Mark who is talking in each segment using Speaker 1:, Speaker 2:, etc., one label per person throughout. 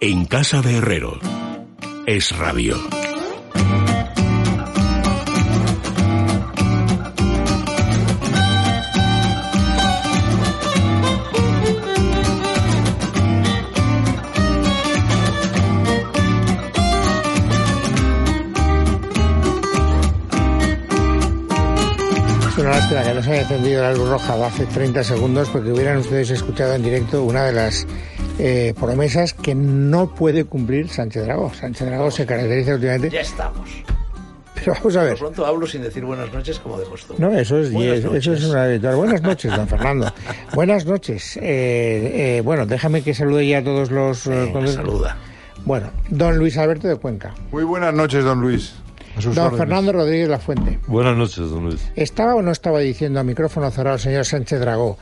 Speaker 1: En Casa de Herrero. Es Radio.
Speaker 2: Bueno, lástima que no se haya encendido la luz roja hace 30 segundos porque hubieran ustedes escuchado en directo una de las eh, promesas que no puede cumplir Sánchez Dragó. Sánchez Dragó se caracteriza últimamente...
Speaker 3: Ya estamos.
Speaker 2: Pero vamos a
Speaker 3: Por
Speaker 2: ver.
Speaker 3: pronto hablo sin decir buenas noches como de costumbre.
Speaker 2: No, eso es,
Speaker 3: Buenas
Speaker 2: diez, eso es
Speaker 3: noches.
Speaker 2: una habitual. Buenas noches, don Fernando. Buenas noches. Eh, eh, bueno, déjame que salude ya a todos los... eh,
Speaker 3: Venga,
Speaker 2: con-
Speaker 3: saluda.
Speaker 2: Bueno, don Luis Alberto de Cuenca.
Speaker 4: Muy buenas noches, don Luis. A sus
Speaker 2: Don
Speaker 4: órdenes.
Speaker 2: Fernando Rodríguez La Fuente.
Speaker 5: Buenas noches, don Luis.
Speaker 2: ¿Estaba o no estaba diciendo a micrófono cerrado el señor Sánchez Dragó?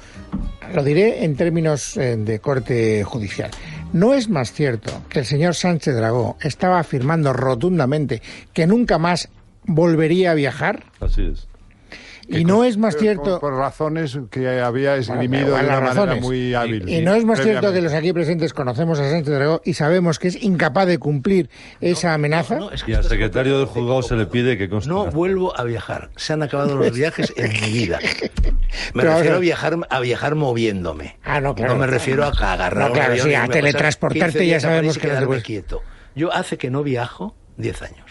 Speaker 2: Lo diré en términos eh, de corte judicial. ¿No es más cierto que el señor Sánchez Dragó estaba afirmando rotundamente que nunca más volvería a viajar?
Speaker 5: Así es.
Speaker 2: ¿Y no es más
Speaker 4: Pero
Speaker 2: cierto...
Speaker 4: Por, por Eh, razones que había esgrimido
Speaker 2: Bueno, pero
Speaker 4: de una
Speaker 2: las
Speaker 4: manera
Speaker 2: razones.
Speaker 4: muy hábil.
Speaker 2: Y no es más cierto que
Speaker 4: previamente.
Speaker 2: los aquí presentes conocemos a Sánchez Dragó y sabemos que es incapaz de cumplir esa amenaza.
Speaker 3: No, es que
Speaker 5: Y al
Speaker 3: esto es
Speaker 5: secretario del
Speaker 3: completamente
Speaker 5: juzgado se le
Speaker 3: incómodo.
Speaker 5: pide que conste.
Speaker 3: No vuelvo a viajar. Se han acabado los viajes en mi vida. Me
Speaker 2: Pero vamos a
Speaker 3: refiero a
Speaker 2: ver.
Speaker 3: viajar, a viajar moviéndome.
Speaker 2: Ah, no, claro.
Speaker 3: No me refiero a agarrar
Speaker 2: No,
Speaker 3: un
Speaker 2: claro,
Speaker 3: avión
Speaker 2: sí,
Speaker 3: y
Speaker 2: a
Speaker 3: irme pasar
Speaker 2: teletransportarte
Speaker 3: 15 días
Speaker 2: ya
Speaker 3: a París
Speaker 2: sabemos
Speaker 3: y
Speaker 2: que no te
Speaker 3: quedarme
Speaker 2: puedes.
Speaker 3: quieto. Yo hace que no viajo 10 años.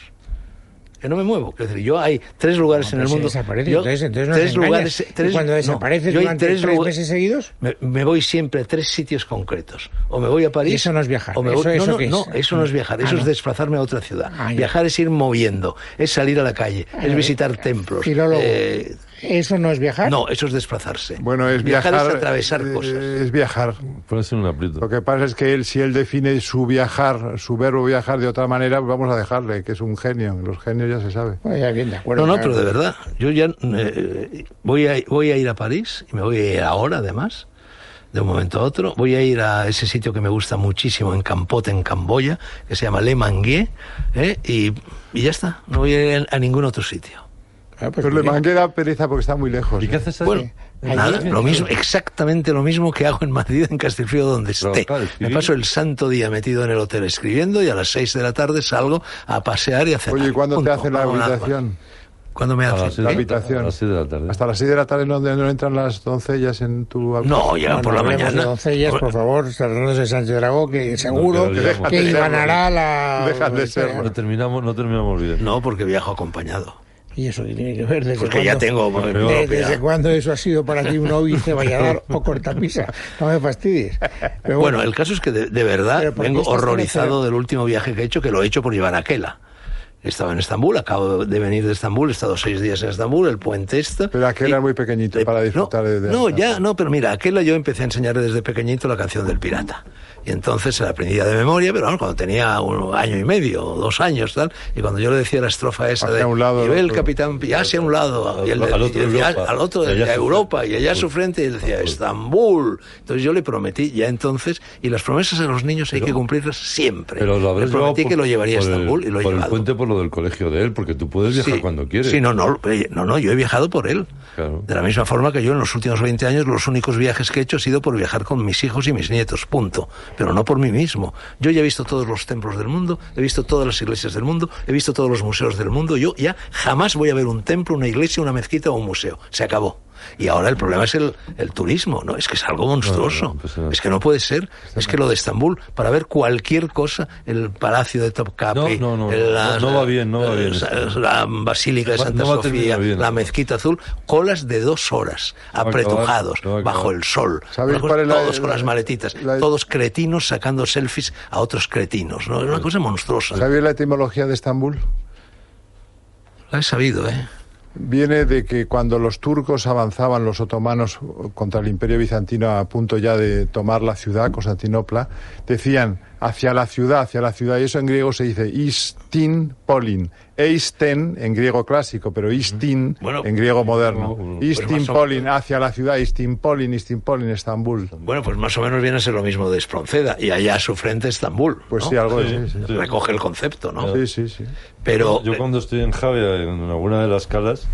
Speaker 3: Que no me muevo. Quiero decir, yo hay tres lugares en el
Speaker 2: pues Si
Speaker 3: mundo.
Speaker 2: desaparece,
Speaker 3: yo-
Speaker 2: entonces, entonces nos
Speaker 3: tres
Speaker 2: engañas.
Speaker 3: lugares.
Speaker 2: ¿Y
Speaker 3: tres-
Speaker 2: cuando
Speaker 3: no,
Speaker 2: desapareces
Speaker 3: yo hay
Speaker 2: durante tres,
Speaker 3: lugar-
Speaker 2: meses seguidos,
Speaker 3: Me, me voy siempre a tres sitios concretos. O me voy a París.
Speaker 2: Y eso no es viajar.
Speaker 3: o me
Speaker 2: ¿Eso-
Speaker 3: voy- no,
Speaker 2: eso
Speaker 3: no,
Speaker 2: qué es?
Speaker 3: no, eso no es viajar.
Speaker 2: Ah,
Speaker 3: eso
Speaker 2: no.
Speaker 3: es desplazarme a otra ciudad.
Speaker 2: Ah, ya. Ah,
Speaker 3: viajar es ir moviendo. Es salir a la calle.
Speaker 2: ya.
Speaker 3: es visitar templos.
Speaker 2: filólogo,
Speaker 3: eh,
Speaker 2: ¿eso no es viajar?
Speaker 3: no, eso es desplazarse.
Speaker 4: Bueno, es viajar.
Speaker 3: es atravesar
Speaker 4: eh,
Speaker 3: cosas.
Speaker 4: Es viajar.
Speaker 5: Ponerse en un aprieto.
Speaker 4: Lo que pasa es que él, si él define su viajar, su verbo viajar de otra manera, pues vamos a dejarle, que es un genio. Los genios ya se sabe.
Speaker 2: Bueno, ya bien, de acuerdo.
Speaker 3: No, no,
Speaker 2: claro.
Speaker 3: pero de verdad. Yo ya eh, voy, a, voy a ir a París, y me voy a ir ahora además, de un momento a otro. Voy a ir a ese sitio que me gusta muchísimo en Campote, en Camboya, que se llama Le Mangue, ¿eh? y, y ya está. No voy a ir a ningún otro sitio.
Speaker 2: Ah, pues
Speaker 4: Pero le
Speaker 2: muy bien.
Speaker 4: manguera pereza porque está muy lejos.
Speaker 5: ¿Y qué
Speaker 4: ¿eh?
Speaker 5: haces ahí?
Speaker 3: Bueno,
Speaker 2: Allí-
Speaker 3: nada, lo mismo, exactamente lo mismo que hago en Madrid, en Castelfrío, donde
Speaker 5: Pero,
Speaker 3: esté.
Speaker 5: claro,
Speaker 3: Me
Speaker 5: escribir.
Speaker 3: paso el santo día metido en el hotel escribiendo y a las 6 de la tarde salgo a pasear y a cenar.
Speaker 4: Oye, ¿y cuándo te
Speaker 3: Punto.
Speaker 4: hacen la
Speaker 3: No hago nada más.
Speaker 4: habitación? Ah,
Speaker 3: ¿Cuándo me
Speaker 5: A
Speaker 3: hacen? ¿Eh?
Speaker 5: las seis
Speaker 4: La
Speaker 5: de la
Speaker 4: habitación.
Speaker 5: tarde, a las seis de la tarde.
Speaker 4: Hasta las 6 de la tarde no, no entran las doncellas en tu habitación.
Speaker 3: No, ya
Speaker 2: Bueno,
Speaker 3: por la
Speaker 2: hablemos
Speaker 3: mañana.
Speaker 2: de doncellas, por favor, Fernando de Sánchez Dragó, que seguro
Speaker 5: que dejas
Speaker 2: que
Speaker 4: de serlo.
Speaker 2: ganará la...
Speaker 4: Dejas de serlo.
Speaker 5: No terminamos, no terminamos bien.
Speaker 3: No, porque viajo acompañado.
Speaker 2: ¿Y eso qué tiene que ver? ¿Desde
Speaker 3: Porque ya
Speaker 2: cuándo?
Speaker 3: tengo
Speaker 2: ¿De- ¿Desde cuándo eso ha sido para ti un hobby de vallador o cortapisa? No me fastidies. Pero
Speaker 3: Bueno, el caso es que de, de verdad
Speaker 2: Pero ¿por qué
Speaker 3: vengo
Speaker 2: estás tan
Speaker 3: horrorizado
Speaker 2: acelerado?
Speaker 3: del último viaje que he hecho, que lo he hecho por llevar a Kela. Estaba en Estambul, acabo de venir de Estambul, he estado seis días en Estambul, el puente este.
Speaker 4: Pero aquel
Speaker 3: y-
Speaker 4: era muy pequeñito
Speaker 3: de-
Speaker 4: para disfrutar
Speaker 3: Eh, no,
Speaker 4: de, de-
Speaker 3: No, ya, no, pero mira, aquella yo empecé a enseñarle desde pequeñito la canción del pirata. Y entonces se la aprendía de memoria, pero vamos, cuando tenía un año y medio, o dos años, tal, y cuando yo le decía la estrofa esa
Speaker 4: Hacia
Speaker 3: de
Speaker 4: un lado,
Speaker 3: y ve
Speaker 4: al
Speaker 3: el
Speaker 4: otro.
Speaker 3: capitán y hacia un lado, y el-
Speaker 5: Al otro
Speaker 3: y decía,
Speaker 5: Europa.
Speaker 3: al otro,
Speaker 5: Y allá
Speaker 3: y a
Speaker 5: su-
Speaker 3: Europa, y allá a su frente, y él decía Estambul. Entonces yo le prometí ya entonces, y las promesas a los niños hay que cumplirlas siempre.
Speaker 5: Pero lo habrás
Speaker 3: le prometí
Speaker 5: llevado
Speaker 3: que lo llevaría a
Speaker 5: por el-
Speaker 3: Estambul y lo he
Speaker 5: Por
Speaker 3: llevado.
Speaker 5: el puente, por lo del colegio de él, porque tú puedes viajar
Speaker 3: Sí.
Speaker 5: cuando quieres.
Speaker 3: Sí, no, no, oye, no, no, yo he viajado por él.
Speaker 5: Claro.
Speaker 3: De la misma forma que yo en los últimos 20 años los únicos viajes que he hecho ha sido por viajar con mis hijos y mis nietos, punto. Pero no por mí mismo. Yo ya he visto todos los templos del mundo, he visto todas las iglesias del mundo, he visto todos los museos del mundo. Yo ya jamás voy a ver un templo, una iglesia, una mezquita o un museo. Se acabó. Y ahora el problema es el, el turismo, ¿no? Es que es algo monstruoso.
Speaker 5: no, pues, no.
Speaker 3: es que no puede ser. Es que lo de Estambul, para ver cualquier cosa, el palacio de Topkapi,
Speaker 5: No, no, no. No va bien, no va bien
Speaker 3: la-
Speaker 5: esto.
Speaker 3: la Basílica de
Speaker 5: Va-
Speaker 3: Santa
Speaker 5: no va a
Speaker 3: Sofía,
Speaker 5: terminar bien.
Speaker 3: la Mezquita Azul, colas de dos horas,
Speaker 5: a acabar,
Speaker 3: apretujados,
Speaker 5: no va a
Speaker 3: bajo
Speaker 5: acabar.
Speaker 3: el sol.
Speaker 4: ¿Sabéis
Speaker 3: Una cosa-
Speaker 4: cuál es la-
Speaker 3: todos con
Speaker 4: la-
Speaker 3: las maletitas,
Speaker 4: la-
Speaker 3: todos cretinos sacando selfies a otros cretinos. ¿no? Es una cosa monstruosa.
Speaker 4: ¿Sabéis la etimología de Estambul?
Speaker 3: La he sabido, ¿eh?
Speaker 4: Viene de que cuando los turcos avanzaban, los otomanos, contra el imperio bizantino a punto ya de tomar la ciudad, Constantinopla, decían hacia la ciudad, hacia la ciudad, y eso en griego se dice istin polin. Eisten en griego clásico, pero istin
Speaker 3: Bueno,
Speaker 4: en griego moderno.
Speaker 5: bueno, bueno,
Speaker 4: Istin
Speaker 3: más o-
Speaker 4: polin, hacia la ciudad, istin polin, istin polin, Estambul.
Speaker 3: Bueno, pues más o menos viene a ser lo mismo de Espronceda y allá a su frente Estambul.
Speaker 4: Pues
Speaker 3: ¿no?
Speaker 4: sí, algo
Speaker 5: Sí,
Speaker 4: así. sí, sí.
Speaker 5: sí.
Speaker 3: Recoge el concepto, ¿no?
Speaker 4: Sí, sí, sí.
Speaker 3: Pero eh,
Speaker 5: Yo cuando estoy en Javia, en alguna de las calas,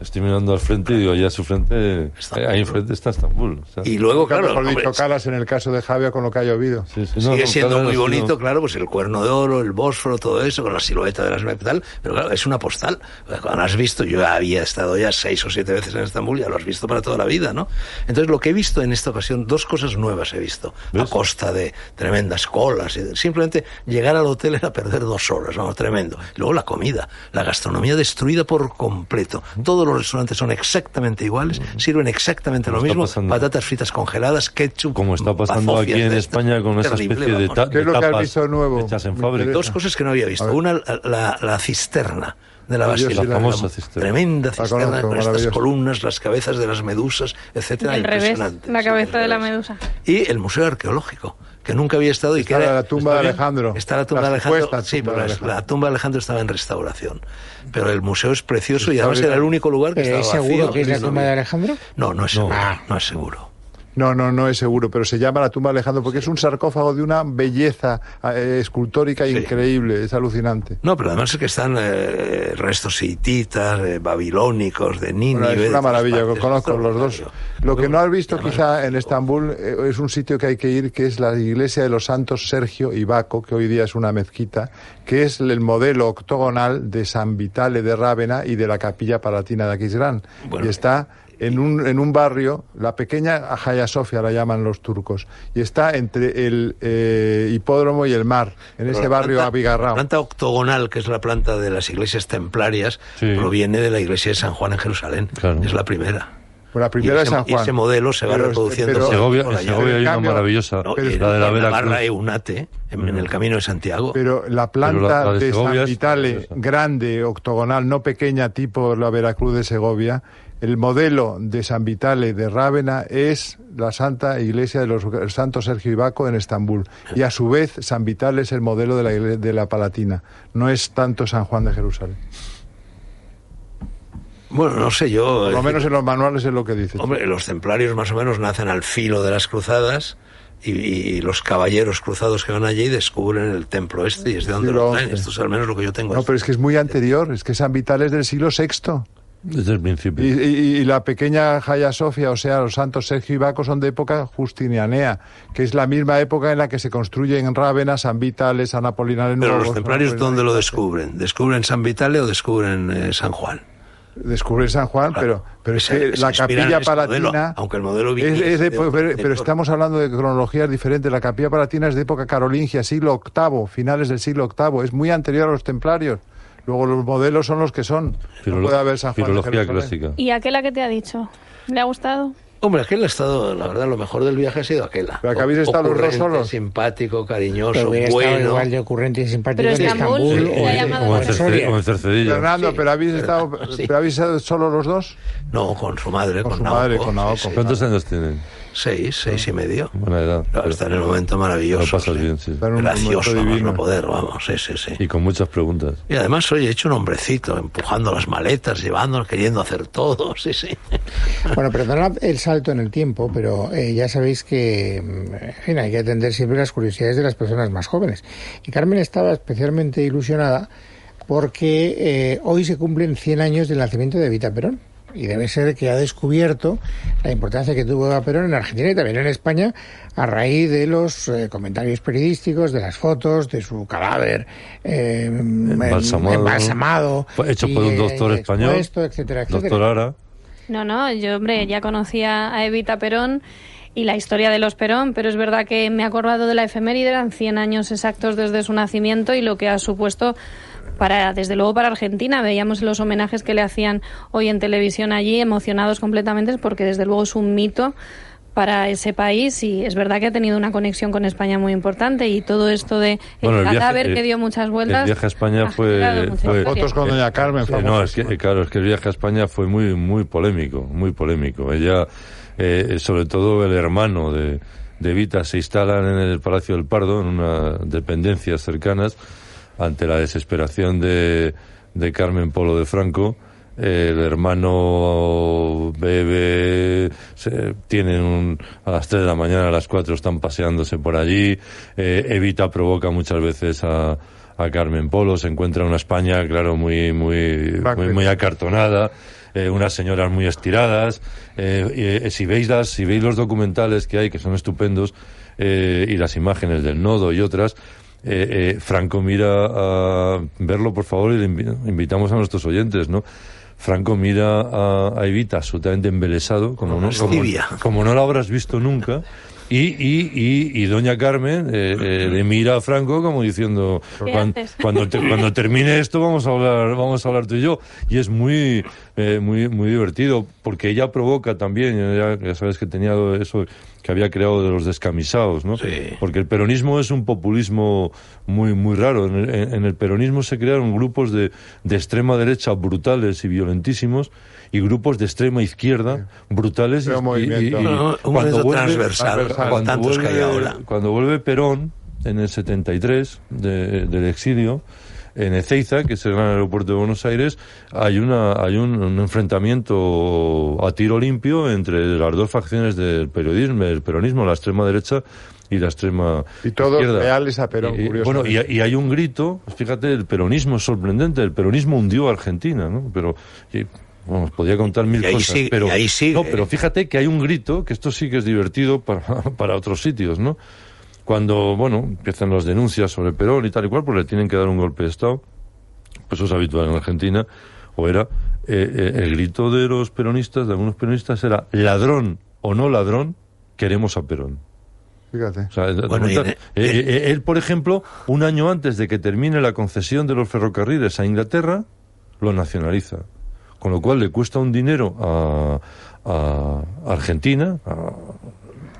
Speaker 5: Estoy mirando al frente y digo, allá a su frente, eh,
Speaker 3: Estambul.
Speaker 5: ahí enfrente está Estambul. o sea,
Speaker 3: Y luego, claro,
Speaker 4: mejor
Speaker 3: hombre,
Speaker 4: dicho, Calas en el caso de Javier con lo que ha llovido.
Speaker 5: sí, sí, no,
Speaker 3: sigue
Speaker 5: no,
Speaker 3: siendo
Speaker 5: claro,
Speaker 3: muy
Speaker 5: no,
Speaker 3: bonito,
Speaker 5: no.
Speaker 3: claro, pues el cuerno de oro, el Bósforo, todo eso, con la silueta de las nubes y tal, pero claro, es una postal. Cuando has visto, yo había estado ya seis o siete veces en Estambul, ya lo has visto para toda la vida, ¿no? Entonces, lo que he visto en esta ocasión, dos cosas nuevas he visto, a
Speaker 5: ¿Ves?
Speaker 3: costa de tremendas colas, y- simplemente llegar al hotel era perder dos horas, vamos, tremendo. Y luego la comida, la gastronomía destruida por completo. Todos los restaurantes son exactamente iguales, sirven exactamente lo
Speaker 5: Como está
Speaker 3: mismo,
Speaker 5: pasando.
Speaker 3: patatas fritas congeladas, ketchup,
Speaker 5: Como está pasando
Speaker 3: pazofias
Speaker 5: aquí en
Speaker 3: de-
Speaker 5: España con esa
Speaker 3: terrible,
Speaker 5: especie de,
Speaker 3: vamos.
Speaker 5: ta-
Speaker 4: ¿Qué es
Speaker 5: de
Speaker 4: lo que has
Speaker 5: tapas
Speaker 4: visto nuevo?
Speaker 5: hechas en
Speaker 4: Me
Speaker 5: fábrica.
Speaker 4: interesa.
Speaker 3: Dos cosas que no había visto. Una, la, la- la cisterna de la
Speaker 4: Ah, yo
Speaker 3: Bastilla.
Speaker 4: sí la- La
Speaker 5: famosa cisterna.
Speaker 3: Tremenda
Speaker 4: La
Speaker 3: cisterna
Speaker 4: conozco,
Speaker 3: con estas
Speaker 4: maravillosa.
Speaker 3: columnas, las cabezas de las medusas, etcétera.
Speaker 6: Del revés,
Speaker 3: Ah, Impresionante.
Speaker 6: la
Speaker 3: Sí,
Speaker 6: cabeza
Speaker 3: del
Speaker 6: de la
Speaker 3: revés.
Speaker 6: medusa.
Speaker 3: Y el Museo Arqueológico, que nunca había estado y que
Speaker 4: Está
Speaker 3: era...
Speaker 4: la tumba de
Speaker 5: bien?
Speaker 4: Alejandro.
Speaker 3: Está la tumba de Alejandro.
Speaker 4: supuesta
Speaker 3: sí, pero
Speaker 4: tumba de
Speaker 3: la-
Speaker 4: Alejandro.
Speaker 3: la tumba de Alejandro estaba en restauración. Pero el museo es precioso y
Speaker 4: Está
Speaker 3: además
Speaker 4: bien.
Speaker 3: era el único lugar que
Speaker 2: ¿Pero es Eh,
Speaker 3: estaba
Speaker 2: seguro
Speaker 3: vacío.
Speaker 2: que es la
Speaker 3: Cristo
Speaker 2: tumba de
Speaker 3: mío.
Speaker 2: Alejandro?
Speaker 3: No, no es
Speaker 5: No.
Speaker 3: seguro. no es seguro.
Speaker 4: No, no, no es seguro, pero se llama la tumba de Alejandro porque es un sarcófago de una belleza eh, escultórica
Speaker 3: Sí.
Speaker 4: increíble, es alucinante.
Speaker 3: No, pero además es que están eh, restos hititas, eh, babilónicos, de Nínive.
Speaker 4: Bueno,
Speaker 3: de
Speaker 4: es una
Speaker 3: todas
Speaker 4: maravilla,
Speaker 3: partes.
Speaker 4: conozco los dos. Lo que no has visto quizá en Estambul eh, es un sitio que hay que ir, que es la iglesia de los santos Sergio y Baco, que hoy día es una mezquita, que es el modelo octogonal de San Vitale de Rávena y de la capilla palatina de Aquisgrán.
Speaker 3: Bueno.
Speaker 4: y está en un, en un barrio, la pequeña Hagia Sofia la llaman los turcos, y está entre el eh, hipódromo y el mar, en
Speaker 3: Pero
Speaker 4: ese
Speaker 3: la
Speaker 4: barrio
Speaker 3: planta-
Speaker 4: abigarrado.
Speaker 3: La planta octogonal, que es la planta de las iglesias templarias,
Speaker 5: Sí.
Speaker 3: proviene de la iglesia de San Juan en Jerusalén.
Speaker 5: Claro.
Speaker 3: Es la primera.
Speaker 4: Bueno, la primera
Speaker 3: y
Speaker 4: es
Speaker 3: ese,
Speaker 4: San
Speaker 3: y ese
Speaker 4: Juan.
Speaker 3: modelo se va
Speaker 4: Pero-
Speaker 3: reproduciendo.
Speaker 4: pero-
Speaker 5: En Segovia,
Speaker 3: por
Speaker 5: en
Speaker 3: allá.
Speaker 5: Segovia hay una
Speaker 4: cambio-
Speaker 5: maravillosa,
Speaker 3: No, y
Speaker 5: la de la Mm.
Speaker 3: en Navarra hay
Speaker 5: Veracruz.
Speaker 3: un ate, en, en el camino de Santiago.
Speaker 4: Pero la
Speaker 5: Pero
Speaker 4: planta
Speaker 5: la- la de
Speaker 4: de, San
Speaker 5: Segovia es
Speaker 4: Vitale,
Speaker 5: preciosa.
Speaker 4: grande, octogonal, no pequeña, tipo la Veracruz de Segovia, el modelo de San Vitale de Rávena es la Santa Iglesia de los Santos Sergio y Baco en Estambul. Y a su vez, San Vitale es el modelo de la, igle- de la Palatina. No es tanto San Juan de Jerusalén.
Speaker 3: Bueno, no sé, yo...
Speaker 4: Por lo
Speaker 3: eh,
Speaker 4: menos en los manuales es lo que dice.
Speaker 3: Hombre, los templarios más o menos nacen al filo de las cruzadas y, y los caballeros cruzados que van allí descubren el templo este y es de donde
Speaker 4: Siglo
Speaker 3: lo traen.
Speaker 4: XI.
Speaker 3: Esto es al menos lo que yo tengo.
Speaker 4: No, pero es que es muy anterior. Es que San Vitale es del siglo VI.
Speaker 5: Desde el principio.
Speaker 4: Y, y- y la pequeña Hagia Sofia, o sea, los santos Sergio y Baco son de época justinianea, que es la misma época en la que se construyen en Rávena, San Vitale, San Apolinar en
Speaker 3: Pero
Speaker 4: Nuevo,
Speaker 3: los
Speaker 4: San
Speaker 3: templarios,
Speaker 4: Apolinar-
Speaker 3: ¿dónde lo descubren? ¿Descubren San Vitale o descubren eh, San Juan?
Speaker 4: Descubrir San Juan,
Speaker 3: Claro.
Speaker 4: pero, pero es
Speaker 3: Se-
Speaker 4: que
Speaker 3: se
Speaker 4: la
Speaker 3: inspiran
Speaker 4: capilla
Speaker 3: en este
Speaker 4: palatina.
Speaker 3: modelo, aunque el modelo
Speaker 4: es-
Speaker 3: vikingo
Speaker 4: es de
Speaker 3: es de
Speaker 4: epo-
Speaker 3: otro-
Speaker 4: pero,
Speaker 3: de
Speaker 4: pero
Speaker 3: otro.
Speaker 4: estamos hablando de cronologías diferentes. La capilla palatina es de época carolingia, siglo VIII, finales del siglo VIII. Es muy anterior a los templarios. Luego los modelos son los que son. No
Speaker 5: Filolo-
Speaker 4: puede haber San Juan de
Speaker 5: filología
Speaker 4: Jerusalén.
Speaker 5: clásica.
Speaker 6: ¿Y aquella que te ha dicho? ¿Le ha gustado?
Speaker 3: Hombre, aquel ha estado, la verdad, lo mejor del viaje ha sido aquel.
Speaker 4: Pero que habéis estado los dos
Speaker 3: Ocurrente,
Speaker 4: solos.
Speaker 3: Simpático, cariñoso,
Speaker 2: Pero hubiera estado
Speaker 3: bueno.
Speaker 2: igual de ocurrente y simpático
Speaker 6: Pero
Speaker 2: en
Speaker 6: Estambul
Speaker 2: Estambul
Speaker 6: le
Speaker 2: o
Speaker 6: ha
Speaker 2: en-
Speaker 6: llamado
Speaker 5: O
Speaker 2: o
Speaker 5: en
Speaker 2: en
Speaker 6: la
Speaker 5: Cerce-
Speaker 2: Soria.
Speaker 5: o en Cercedilla.
Speaker 4: Fernando,
Speaker 3: Sí,
Speaker 4: pero habéis
Speaker 3: ¿verdad?
Speaker 4: estado,
Speaker 3: Sí.
Speaker 4: pero habéis estado solo los dos.
Speaker 3: No, con su madre,
Speaker 4: Con
Speaker 3: con,
Speaker 4: su madre,
Speaker 3: Naoko,
Speaker 4: con Naoko.
Speaker 3: sí, sí.
Speaker 5: ¿Cuántos años tienen?
Speaker 3: Seis, seis y medio.
Speaker 5: Buena edad.
Speaker 3: Claro, está en el momento
Speaker 5: Lo
Speaker 3: maravilloso.
Speaker 5: pasas
Speaker 3: sí.
Speaker 5: bien, sí.
Speaker 4: Dar un
Speaker 3: Gracioso,
Speaker 4: momento
Speaker 3: vamos,
Speaker 4: divino.
Speaker 3: no poder, vamos, sí, sí, sí.
Speaker 5: Y con muchas preguntas.
Speaker 3: Y además, oye, he hecho un hombrecito, empujando las maletas, llevándolas, queriendo hacer todo, sí, sí.
Speaker 2: Bueno, perdonad el salto en el tiempo, pero eh, ya sabéis que mm, en fin, hay que atender siempre las curiosidades de las personas más jóvenes. Y Carmen estaba especialmente ilusionada porque eh, hoy se cumplen 100 años del nacimiento de Evita Perón. Y debe ser que ha descubierto la importancia que tuvo Eva Perón en Argentina y también en España a raíz de los eh, comentarios periodísticos, de las fotos, de su cadáver eh,
Speaker 5: Embalsamado.
Speaker 2: embalsamado,
Speaker 5: Fue Hecho por
Speaker 2: y,
Speaker 5: un doctor
Speaker 2: eh,
Speaker 5: español.
Speaker 2: expuesto, etcétera, etcétera.
Speaker 5: Doctor Ara.
Speaker 6: No, no, yo, hombre, ya conocía a Evita Perón y la historia de los Perón, pero es verdad que me he acordado de la efeméride, eran 100 años exactos desde su nacimiento y lo que ha supuesto para, desde luego, para Argentina. Veíamos los homenajes que le hacían hoy en televisión allí, emocionados completamente, porque desde luego es un mito para ese país y es verdad que ha tenido una conexión con España muy importante y todo esto de
Speaker 5: Bueno, el
Speaker 6: el
Speaker 5: viaje- eh,
Speaker 6: cadáver que
Speaker 5: el-
Speaker 6: dio muchas vueltas
Speaker 5: el viaje a España
Speaker 6: ha
Speaker 5: fue-
Speaker 6: generado Eh, mucha
Speaker 5: fue-
Speaker 6: historia.
Speaker 4: Fotos con Doña Carmen,
Speaker 5: Sí, no, es
Speaker 4: famosísima.
Speaker 5: que, claro, es que el viaje a España fue muy, muy polémico, muy polémico. Ella, eh, sobre todo el hermano de, de Vita, se instalan en el Palacio del Pardo, en unas dependencias cercanas, ante la desesperación de, de Carmen Polo de Franco. eh, El hermano bebe, se, tienen un- a las 3 de la mañana, a las 4 están paseándose por allí. eh, Evita provoca muchas veces a, a Carmen Polo, se encuentra una España, claro, muy, muy, muy,
Speaker 4: Macbeth.
Speaker 5: muy acartonada. eh, unas señoras muy estiradas. Eh, si, veis las, si veis los documentales que hay, que son estupendos, eh, y las imágenes del nodo y otras, eh, eh, Franco mira a verlo, por favor, y le invitamos a nuestros oyentes, ¿no? Franco mira a, a Evita absolutamente embelesado, como no, como, como no la habrás visto nunca. Y, y, y, y, doña Carmen eh, eh, le mira a Franco como diciendo cuando, cuando, te, cuando, termine esto vamos a hablar vamos a hablar tú y yo y es muy eh, muy muy divertido porque ella provoca también ya, ya, sabes que tenía eso que había creado de los descamisados no sí. porque el peronismo es un populismo muy muy raro en el, en el peronismo se crearon grupos de, de extrema derecha brutales y violentísimos y grupos de extrema izquierda brutales
Speaker 4: Pero y, y, y
Speaker 3: no, un cuando vuelve, transversal,
Speaker 5: cuando,
Speaker 3: tantos
Speaker 5: vuelve, que hay ahora. cuando vuelve Perón en el 73 de, del exilio en Ezeiza, que es el gran aeropuerto de Buenos Aires, hay una hay un, un, enfrentamiento a tiro limpio entre las dos facciones del periodismo, el peronismo, la extrema derecha y la extrema
Speaker 4: y todos
Speaker 5: izquierda.
Speaker 4: reales a Perón
Speaker 5: y, bueno y, y, hay un grito pues fíjate el peronismo es sorprendente el peronismo hundió a Argentina no pero y, bueno, podía contar mil
Speaker 3: y ahí
Speaker 5: cosas,
Speaker 3: sigue,
Speaker 5: pero
Speaker 3: y ahí sigue.
Speaker 5: no, pero fíjate que hay un grito que esto sí que es divertido para, para otros sitios, ¿no? Cuando bueno empiezan las denuncias sobre Perón y tal y cual, pues le tienen que dar un golpe de estado, pues eso es habitual en Argentina, o era eh, eh, el grito de los peronistas, de algunos peronistas era ladrón o no ladrón, queremos a Perón.
Speaker 4: Fíjate.
Speaker 5: O sea, bueno, y, eh, él, por ejemplo, un año antes de que termine la concesión de los ferrocarriles a Inglaterra, lo nacionaliza con lo cual le cuesta un dinero a, a Argentina a,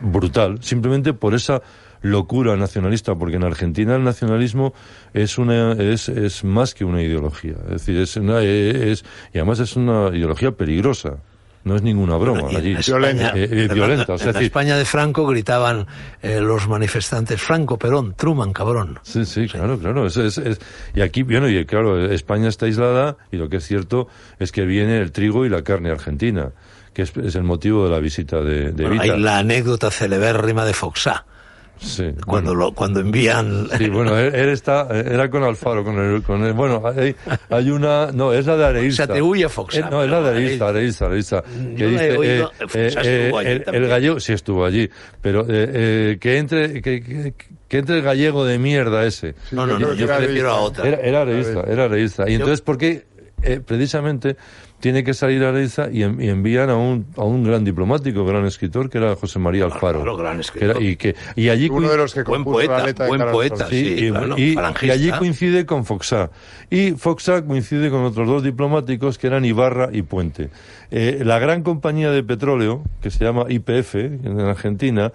Speaker 5: brutal, simplemente por esa locura nacionalista, porque en Argentina el nacionalismo es una es, es más que una ideología, es decir, es una eh, es, y además es una ideología peligrosa. No es ninguna broma.
Speaker 3: Bueno,
Speaker 5: allí.
Speaker 3: España,
Speaker 5: eh, eh, violenta.
Speaker 3: O sea, en la decir, España de Franco gritaban eh, los manifestantes, Franco, Perón, Truman, cabrón.
Speaker 5: Sí, sí, sí. claro, claro. Es, es, es, y aquí, bueno, y claro, España está aislada y lo que es cierto es que viene el trigo y la carne argentina, que es, el motivo de la visita de, de
Speaker 3: bueno,
Speaker 5: Vita.
Speaker 3: Hay la anécdota celebérrima de Foxá.
Speaker 5: Sí,
Speaker 3: cuando bueno. lo, cuando envían
Speaker 5: sí bueno él, él, está era con Alfaro con el, con el bueno hay, hay, una no es la de Areísta
Speaker 3: se atribuye a Fox
Speaker 5: eh, no es la de Areísta Areísta Areísta que dice oído, eh, eh, el, el, gallego sí estuvo allí pero eh, que entre que, que, que, entre el gallego de mierda ese
Speaker 3: sí, no no no yo, yo prefiero a otra
Speaker 5: era, era Areísta era Areísta y entonces por qué Eh, precisamente tiene que salir a Leiza y, envían a un, a un gran diplomático, gran escritor, que era José María Alfaro.
Speaker 3: Claro, claro, gran escritor.
Speaker 5: Que era, y, que, y allí
Speaker 4: Uno de los que
Speaker 3: buen poeta,
Speaker 4: la
Speaker 3: buen poeta, sí, sí,
Speaker 5: y,
Speaker 3: claro,
Speaker 5: y, y, allí coincide con Foxá. Y Foxá coincide con otros dos diplomáticos que eran Ibarra y Puente. Eh, la gran compañía de petróleo, que se llama IPF, en Argentina,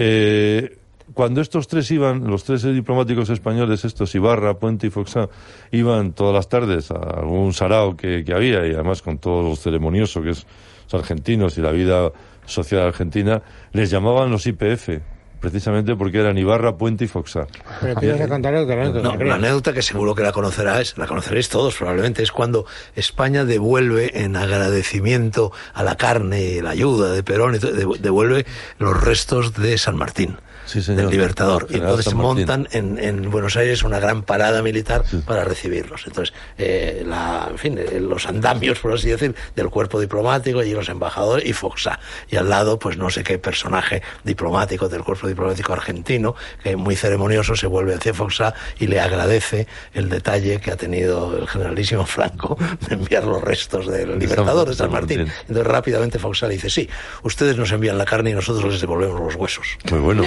Speaker 5: eh, cuando estos tres iban, los tres diplomáticos españoles, estos Ibarra, Puente y Foxá, iban todas las tardes a algún sarao que, que había, y además con todo lo ceremonioso que es los argentinos y la vida social argentina, les llamaban los IPF, precisamente porque eran Ibarra, Puente y Foxar.
Speaker 2: Pero tienes que contar otra anécdota.
Speaker 3: No, la anécdota que seguro que la conocerás, la conoceréis todos probablemente, es cuando España devuelve en agradecimiento a la carne, la ayuda de Perón, devuelve los restos de San Martín.
Speaker 5: Sí, señor.
Speaker 3: Del Libertador. Y entonces montan en, en, Buenos Aires una gran parada militar sí. para recibirlos. Entonces, eh, la, en fin, los andamios, por así decir, del cuerpo diplomático y los embajadores y Foxa. Y al lado, pues no sé qué personaje diplomático del cuerpo diplomático argentino, que muy ceremonioso se vuelve hacia Foxa y le agradece el detalle que ha tenido el generalísimo Franco de enviar los restos del Libertador de San Martín. Entonces rápidamente Foxa le dice, sí, ustedes nos envían la carne y nosotros les devolvemos los huesos.
Speaker 5: Muy Pues bueno.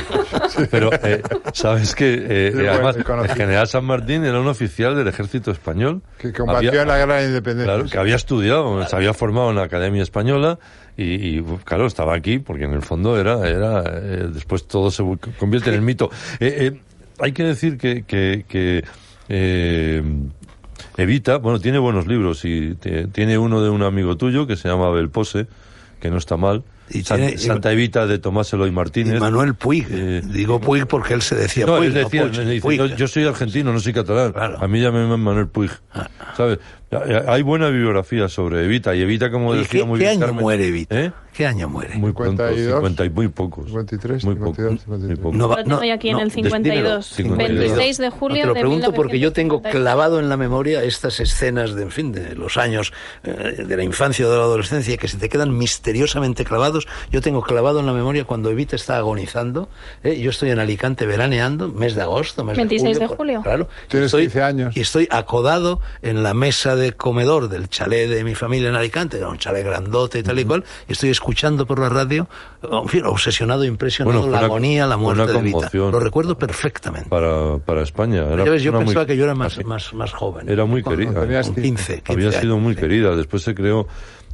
Speaker 5: Pero eh, sabes que eh,
Speaker 4: Sí,
Speaker 5: además
Speaker 4: bueno,
Speaker 5: el general San Martín era un oficial del ejército español
Speaker 4: que combatió en la guerra de la independencia.
Speaker 5: claro, que había estudiado, se había formado en la academia española y, y, claro, estaba aquí porque en el fondo era, era eh, después todo se convierte en el mito. Eh, hay que decir que, que, que eh, Evita, bueno, tiene buenos libros y te, tiene uno de un amigo tuyo que se llama Belpose, que no está mal.
Speaker 3: Y
Speaker 5: San,
Speaker 3: tiene-
Speaker 5: Santa Evita de Tomás Eloy Martínez.
Speaker 3: Y Manuel Puig.
Speaker 5: Eh,
Speaker 3: Digo Puig porque él se decía
Speaker 5: no,
Speaker 3: Puig.
Speaker 5: él decía,
Speaker 3: no Puig,
Speaker 5: me dice,
Speaker 3: Puig.
Speaker 5: "No, yo soy argentino, no soy catalán.
Speaker 3: Claro. Ah.
Speaker 5: A mí ya me llaman Manuel Puig. ¿Sabes? Hay buena bibliografía sobre Evita y Evita, como
Speaker 3: Oye,
Speaker 5: decía
Speaker 3: ¿Qué,
Speaker 5: muy
Speaker 3: qué
Speaker 5: bien
Speaker 3: año
Speaker 5: Carmen-
Speaker 3: muere Evita?
Speaker 5: ¿Eh?
Speaker 3: ¿Qué año muere?
Speaker 5: Muy pronto,
Speaker 4: 52,
Speaker 5: 50 y muy pocos.
Speaker 4: 53,
Speaker 5: muy pocos,
Speaker 4: 52,
Speaker 5: muy pocos.
Speaker 3: No va-
Speaker 6: Lo tengo yo aquí en el
Speaker 3: despídelo.
Speaker 6: 52. 26 de
Speaker 3: No,
Speaker 6: julio
Speaker 3: te lo
Speaker 6: de
Speaker 3: pregunto porque yo tengo
Speaker 6: 1952.
Speaker 3: clavado en la memoria estas escenas de, en fin, de los años eh, de la infancia o de la adolescencia que se te quedan misteriosamente clavados. Yo tengo clavado en la memoria cuando Evita está agonizando. ¿eh? Yo estoy en Alicante veraneando, mes de agosto, mes
Speaker 6: 26
Speaker 3: de
Speaker 6: de
Speaker 3: julio.
Speaker 6: julio.
Speaker 3: Claro.
Speaker 4: Tienes
Speaker 3: Estoy-
Speaker 4: 15 años.
Speaker 3: Y estoy acodado en la mesa de comedor del chalet de mi familia en Alicante, era un chalet grandote y tal y cual, y estoy escuchando por la radio, eh, en fin, obsesionado, impresionado,
Speaker 5: Bueno, fue
Speaker 3: la
Speaker 5: una-
Speaker 3: agonía, la
Speaker 5: fue
Speaker 3: muerte
Speaker 5: una
Speaker 3: de Evita.
Speaker 5: conmoción.
Speaker 3: Lo recuerdo perfectamente.
Speaker 5: Para, para España. Era,
Speaker 3: Ya ves, yo
Speaker 5: era muy-
Speaker 3: pensaba que yo era más,
Speaker 5: así.
Speaker 3: más, más joven.
Speaker 5: Era muy
Speaker 3: Cuando
Speaker 5: querida. ¿eh?
Speaker 4: tenías
Speaker 3: Con
Speaker 4: 15,
Speaker 3: 15. 15
Speaker 5: Había sido
Speaker 3: años,
Speaker 5: muy
Speaker 3: sí.
Speaker 5: querida. Después se creó,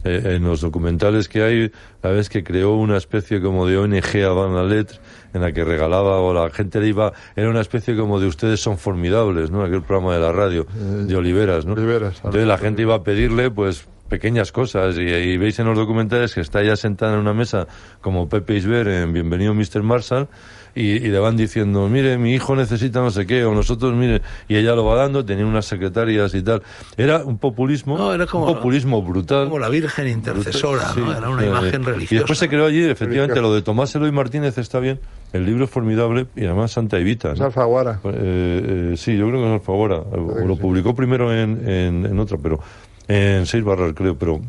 Speaker 5: eh, en los documentales que hay, la vez que creó una especie como de ONG Habana Letre, en la que regalaba o la gente le iba, era una especie como de ustedes son formidables, ¿no? Aquel programa de la radio, de Oliveras, ¿no?
Speaker 4: Oliveras,
Speaker 5: Entonces la gente iba a pedirle, pues, pequeñas cosas y, y veis en los documentales que está ya sentada en una mesa como Pepe Isber en Bienvenido Mr. Marshall y, y le van diciendo mire mi hijo necesita no sé qué o nosotros mire y ella lo va dando tenía unas secretarias y tal era un populismo
Speaker 3: No, era como-
Speaker 5: un populismo brutal
Speaker 3: Como la Virgen intercesora,
Speaker 5: Sí,
Speaker 3: ¿no? Era una
Speaker 5: eh,
Speaker 3: imagen
Speaker 5: Y después
Speaker 3: religiosa.
Speaker 5: se creó allí, efectivamente,
Speaker 4: Religiosa.
Speaker 5: lo de Tomás Eloy Martínez está bien. El libro es formidable y además Santa Evita.
Speaker 4: Es
Speaker 5: ¿no?
Speaker 4: Alfaguara.
Speaker 5: Eh, eh, sí, yo creo que es Alfaguara. O
Speaker 4: que
Speaker 5: Lo
Speaker 4: sí.
Speaker 5: publicó primero en, en, en otra, pero en Seis Barras, creo, pero...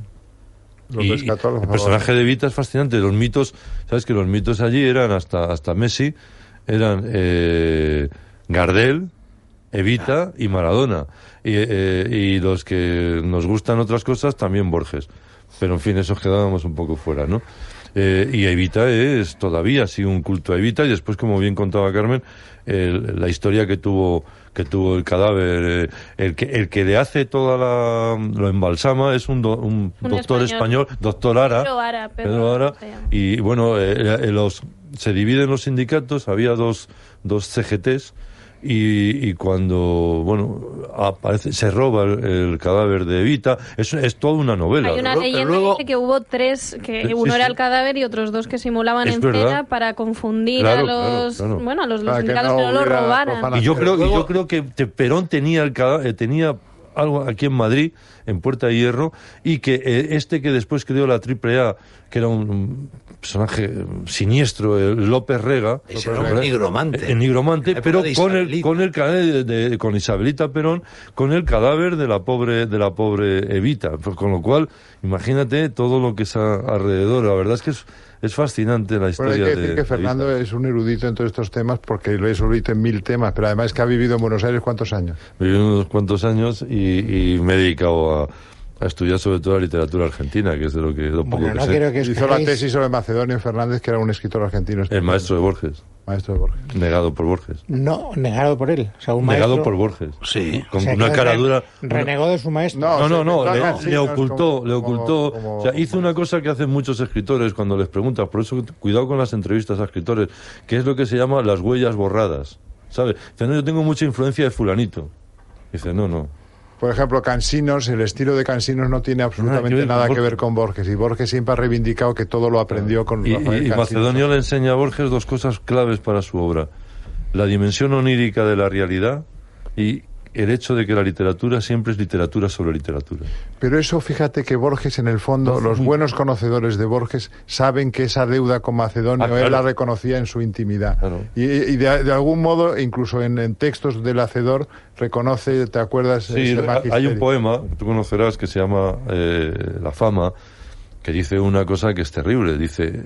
Speaker 4: Lo
Speaker 5: y-
Speaker 4: rescató
Speaker 5: el
Speaker 4: Alfaguara.
Speaker 5: personaje de Evita es fascinante. Los mitos, sabes que los mitos allí eran hasta, hasta Messi, eran eh, Gardel, Evita y Maradona. Y, eh, y los que nos gustan otras cosas, también Borges. Pero en fin, esos quedábamos un poco fuera, ¿no? Eh, y Evita es todavía así un culto a Evita. Y después, como bien contaba Carmen, el- la historia que tuvo que tuvo el cadáver, eh, el, que, el que le hace toda la... lo embalsama es un, do- un
Speaker 6: Un
Speaker 5: doctor español,
Speaker 6: español.
Speaker 5: doctor Ara.
Speaker 6: Pedro Ara, Pedro
Speaker 5: Pedro Ara.
Speaker 6: se llama.
Speaker 5: Y bueno, eh, eh, los, se dividen los sindicatos, había dos, dos CGTs. Y, y cuando, bueno, aparece, se roba el, el cadáver de Evita, es, es toda una novela.
Speaker 6: Hay una
Speaker 3: Pero
Speaker 6: leyenda
Speaker 3: luego-
Speaker 6: que dice que hubo tres, que
Speaker 5: Sí,
Speaker 6: uno
Speaker 5: sí.
Speaker 6: era el cadáver y otros dos que simulaban
Speaker 5: Es
Speaker 6: en
Speaker 5: verdad.
Speaker 6: cena para confundir
Speaker 5: Claro,
Speaker 6: a los,
Speaker 5: claro, claro.
Speaker 6: bueno, a los
Speaker 4: Para que
Speaker 6: sindicatos
Speaker 4: no
Speaker 6: que no, lo
Speaker 4: hubiera
Speaker 6: robaran.
Speaker 4: profana-
Speaker 5: Y yo
Speaker 3: Pero
Speaker 5: creo, y
Speaker 3: luego-
Speaker 5: yo creo que te- Perón tenía el cada- eh, tenía algo aquí en Madrid, en Puerta de Hierro, y que eh, este que después creó la Triple A, que era un, un personaje eh, siniestro, el López Rega,
Speaker 3: Ese era un nigromante.
Speaker 5: el nigromante,
Speaker 3: En la época
Speaker 5: pero
Speaker 3: de
Speaker 5: con el,
Speaker 3: Isabelita.
Speaker 5: con el ca- de- de- con Isabelita Perón, con el cadáver de la pobre, de la pobre Evita, Pues con lo cual, imagínate todo lo que es a- alrededor. La verdad es que es, es fascinante la
Speaker 4: Bueno,
Speaker 5: historia
Speaker 4: hay que
Speaker 5: de-
Speaker 4: decir
Speaker 5: de
Speaker 4: que Fernando
Speaker 5: Evita.
Speaker 4: es un erudito en todos estos temas porque lo es erudito en mil temas, pero además que ha vivido en Buenos Aires cuántos años.
Speaker 5: Viví unos cuantos años y, y me he dedicado a, a estudiar sobre todo la literatura argentina, que es de lo que lo poco
Speaker 2: Bueno,
Speaker 5: que
Speaker 2: no
Speaker 5: sé.
Speaker 2: quiero que os
Speaker 4: Hizo la
Speaker 2: quejéis.
Speaker 4: tesis sobre Macedonio Fernández, que era un escritor argentino.
Speaker 5: El maestro de Borges,
Speaker 4: Maestro de Borges.
Speaker 5: negado por Borges.
Speaker 2: No, negado por él. O sea, un
Speaker 5: Negado
Speaker 2: maestro-
Speaker 5: por Borges.
Speaker 3: Sí.
Speaker 2: o
Speaker 5: Con
Speaker 2: sea,
Speaker 5: una
Speaker 2: que
Speaker 5: cara
Speaker 2: re-
Speaker 5: dura.
Speaker 2: Renegó de su maestro.
Speaker 5: No, no, no,
Speaker 4: sí,
Speaker 5: le,
Speaker 4: claro, sí,
Speaker 5: le
Speaker 4: no, es
Speaker 5: ocultó,
Speaker 4: como-
Speaker 5: le ocultó.
Speaker 4: como-
Speaker 5: o sea, hizo una cosa que hacen muchos escritores cuando les preguntas, por eso cuidado con las entrevistas a escritores, que es lo que se llama las huellas borradas. ¿Sabes? Dice, no, yo tengo mucha influencia de fulanito. Dice, no, no.
Speaker 4: Por ejemplo, Cansinos, el estilo de Cansinos no tiene absolutamente
Speaker 5: ver con
Speaker 4: nada que
Speaker 5: Ah, Borges.
Speaker 4: ver con Borges. Y Borges siempre ha reivindicado que todo lo aprendió con
Speaker 5: Y,
Speaker 4: Rafael
Speaker 5: y- y
Speaker 4: Cansinos.
Speaker 5: Macedonio le enseña a Borges dos cosas claves para su obra. La dimensión onírica de la realidad y el hecho de que la literatura siempre es literatura sobre literatura.
Speaker 4: Pero eso, fíjate que Borges, en el fondo, los buenos conocedores de Borges saben que esa deuda con Macedonio
Speaker 5: Ah, claro.
Speaker 4: él la reconocía en su intimidad.
Speaker 5: Claro.
Speaker 4: Y, y de, de algún modo, incluso en, en textos del Hacedor, reconoce, ¿te acuerdas?
Speaker 5: Sí,
Speaker 4: ese
Speaker 5: ha- hay un
Speaker 4: magisterio?
Speaker 5: poema que tú conocerás que se llama eh, La fama, que dice una cosa que es terrible. Dice,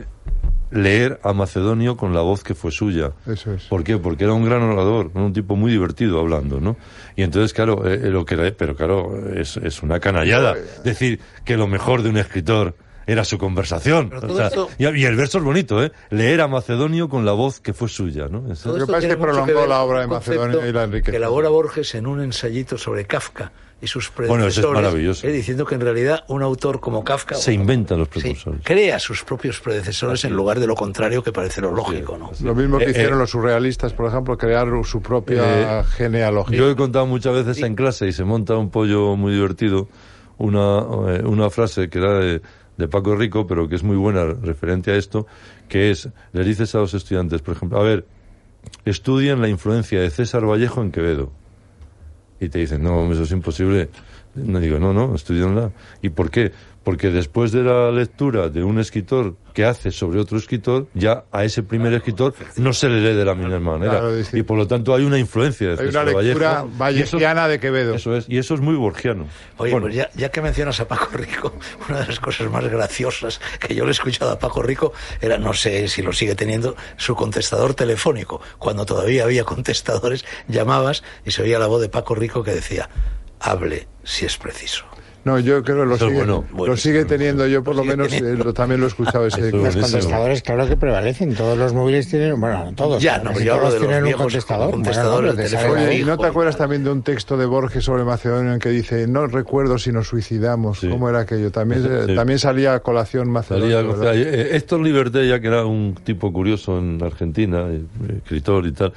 Speaker 5: leer a Macedonio con la voz que fue suya.
Speaker 4: Eso es.
Speaker 5: ¿Por qué? Porque era un gran orador, un tipo muy divertido hablando, ¿no? Y entonces, claro, eh, eh, lo que le- pero claro, es, es una canallada
Speaker 3: eh,
Speaker 5: decir que lo mejor de un escritor era su conversación.
Speaker 3: Pero
Speaker 5: O
Speaker 3: todo
Speaker 5: sea,
Speaker 3: esto-
Speaker 5: y, y el verso es bonito, ¿eh? Leer a Macedonio con la voz que fue suya, ¿no? Eso-
Speaker 3: Todo
Speaker 4: Lo que
Speaker 3: esto
Speaker 4: pasa es
Speaker 3: tiene
Speaker 4: que
Speaker 3: mucho
Speaker 4: prolongó
Speaker 3: ver
Speaker 4: la
Speaker 3: con
Speaker 4: obra de
Speaker 3: un
Speaker 4: Macedonio
Speaker 3: concepto
Speaker 4: y la enriqueció.
Speaker 3: Que elabora Borges en un ensayito sobre Kafka y sus
Speaker 5: Bueno,
Speaker 3: predecesores.
Speaker 5: eso es maravilloso.
Speaker 3: eh, diciendo que en realidad un autor como Kafka
Speaker 5: se inventan los
Speaker 3: sí,
Speaker 5: precursores.
Speaker 3: crea sus propios predecesores en lugar de lo contrario que parece lo lógico, ¿no?
Speaker 4: Lo mismo que
Speaker 5: Eh,
Speaker 4: hicieron
Speaker 5: eh,
Speaker 4: los surrealistas, por ejemplo, crear su propia
Speaker 5: Eh,
Speaker 4: genealogía.
Speaker 5: Yo he contado muchas veces en clase y se monta un pollo muy divertido una, eh, una frase que era de, de Paco Rico, pero que es muy buena referente a esto, que es, le dices a los estudiantes, por ejemplo, a ver, estudien la influencia de César Vallejo en Quevedo. y te dicen, no, eso es imposible. No digo, no, no, estudianla. ¿Y por qué? Porque después de la lectura de un escritor que hace sobre otro escritor, ya a ese primer escritor no se le lee de la misma manera.
Speaker 4: Claro, es decir,
Speaker 5: y por lo tanto hay una influencia de
Speaker 4: Hay una
Speaker 5: César
Speaker 4: lectura
Speaker 5: Vallejo.
Speaker 4: vallejiana de Quevedo.
Speaker 5: Eso es, y eso es muy borgiano.
Speaker 3: Oye,
Speaker 5: Bueno,
Speaker 3: pues ya, ya que mencionas a Paco Rico, una de las cosas más graciosas que yo le he escuchado a Paco Rico era, no sé si lo sigue teniendo, su contestador telefónico. Cuando todavía había contestadores, llamabas y se oía la voz de Paco Rico que decía, hable si es preciso.
Speaker 4: No, yo creo que lo
Speaker 5: Eso es
Speaker 4: sigue,
Speaker 5: bueno.
Speaker 4: lo
Speaker 3: Bueno,
Speaker 4: sigue teniendo, yo por
Speaker 3: lo
Speaker 4: lo
Speaker 3: sigue
Speaker 4: menos eh,
Speaker 3: teniendo.
Speaker 4: lo- también lo he escuchado ese.
Speaker 5: Eso es
Speaker 2: Los
Speaker 5: Buenísimo.
Speaker 2: contestadores, claro que prevalecen. Todos los móviles tienen, bueno, todos.
Speaker 3: Ya, no,
Speaker 2: casi
Speaker 3: yo hablo
Speaker 2: todos
Speaker 3: de los
Speaker 2: tienen un
Speaker 3: viejos
Speaker 2: contestador.
Speaker 3: contestadores
Speaker 2: Bueno,
Speaker 3: de
Speaker 2: no, pero te
Speaker 3: teléfono
Speaker 2: sale
Speaker 4: Oye,
Speaker 2: ahí.
Speaker 4: ¿y
Speaker 3: hijo
Speaker 4: ¿no te
Speaker 3: y
Speaker 4: acuerdas también de un texto de Borges sobre Macedonio en que dice, no recuerdo si nos suicidamos?
Speaker 5: Sí.
Speaker 4: ¿Cómo era aquello? También, eh,
Speaker 5: Sí.
Speaker 4: también salía a colación Macedonio.
Speaker 5: Salía,
Speaker 4: ¿verdad?
Speaker 5: eh, eh, Héctor Liberté, ya que era un tipo curioso en Argentina, eh, escritor y tal,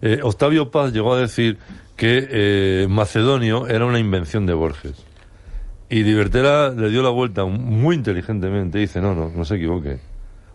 Speaker 5: eh, Octavio Paz llegó a decir que eh, Macedonio era una invención de Borges. Y Liberté la- le dio la vuelta muy inteligentemente y dice, no, no, no se equivoque.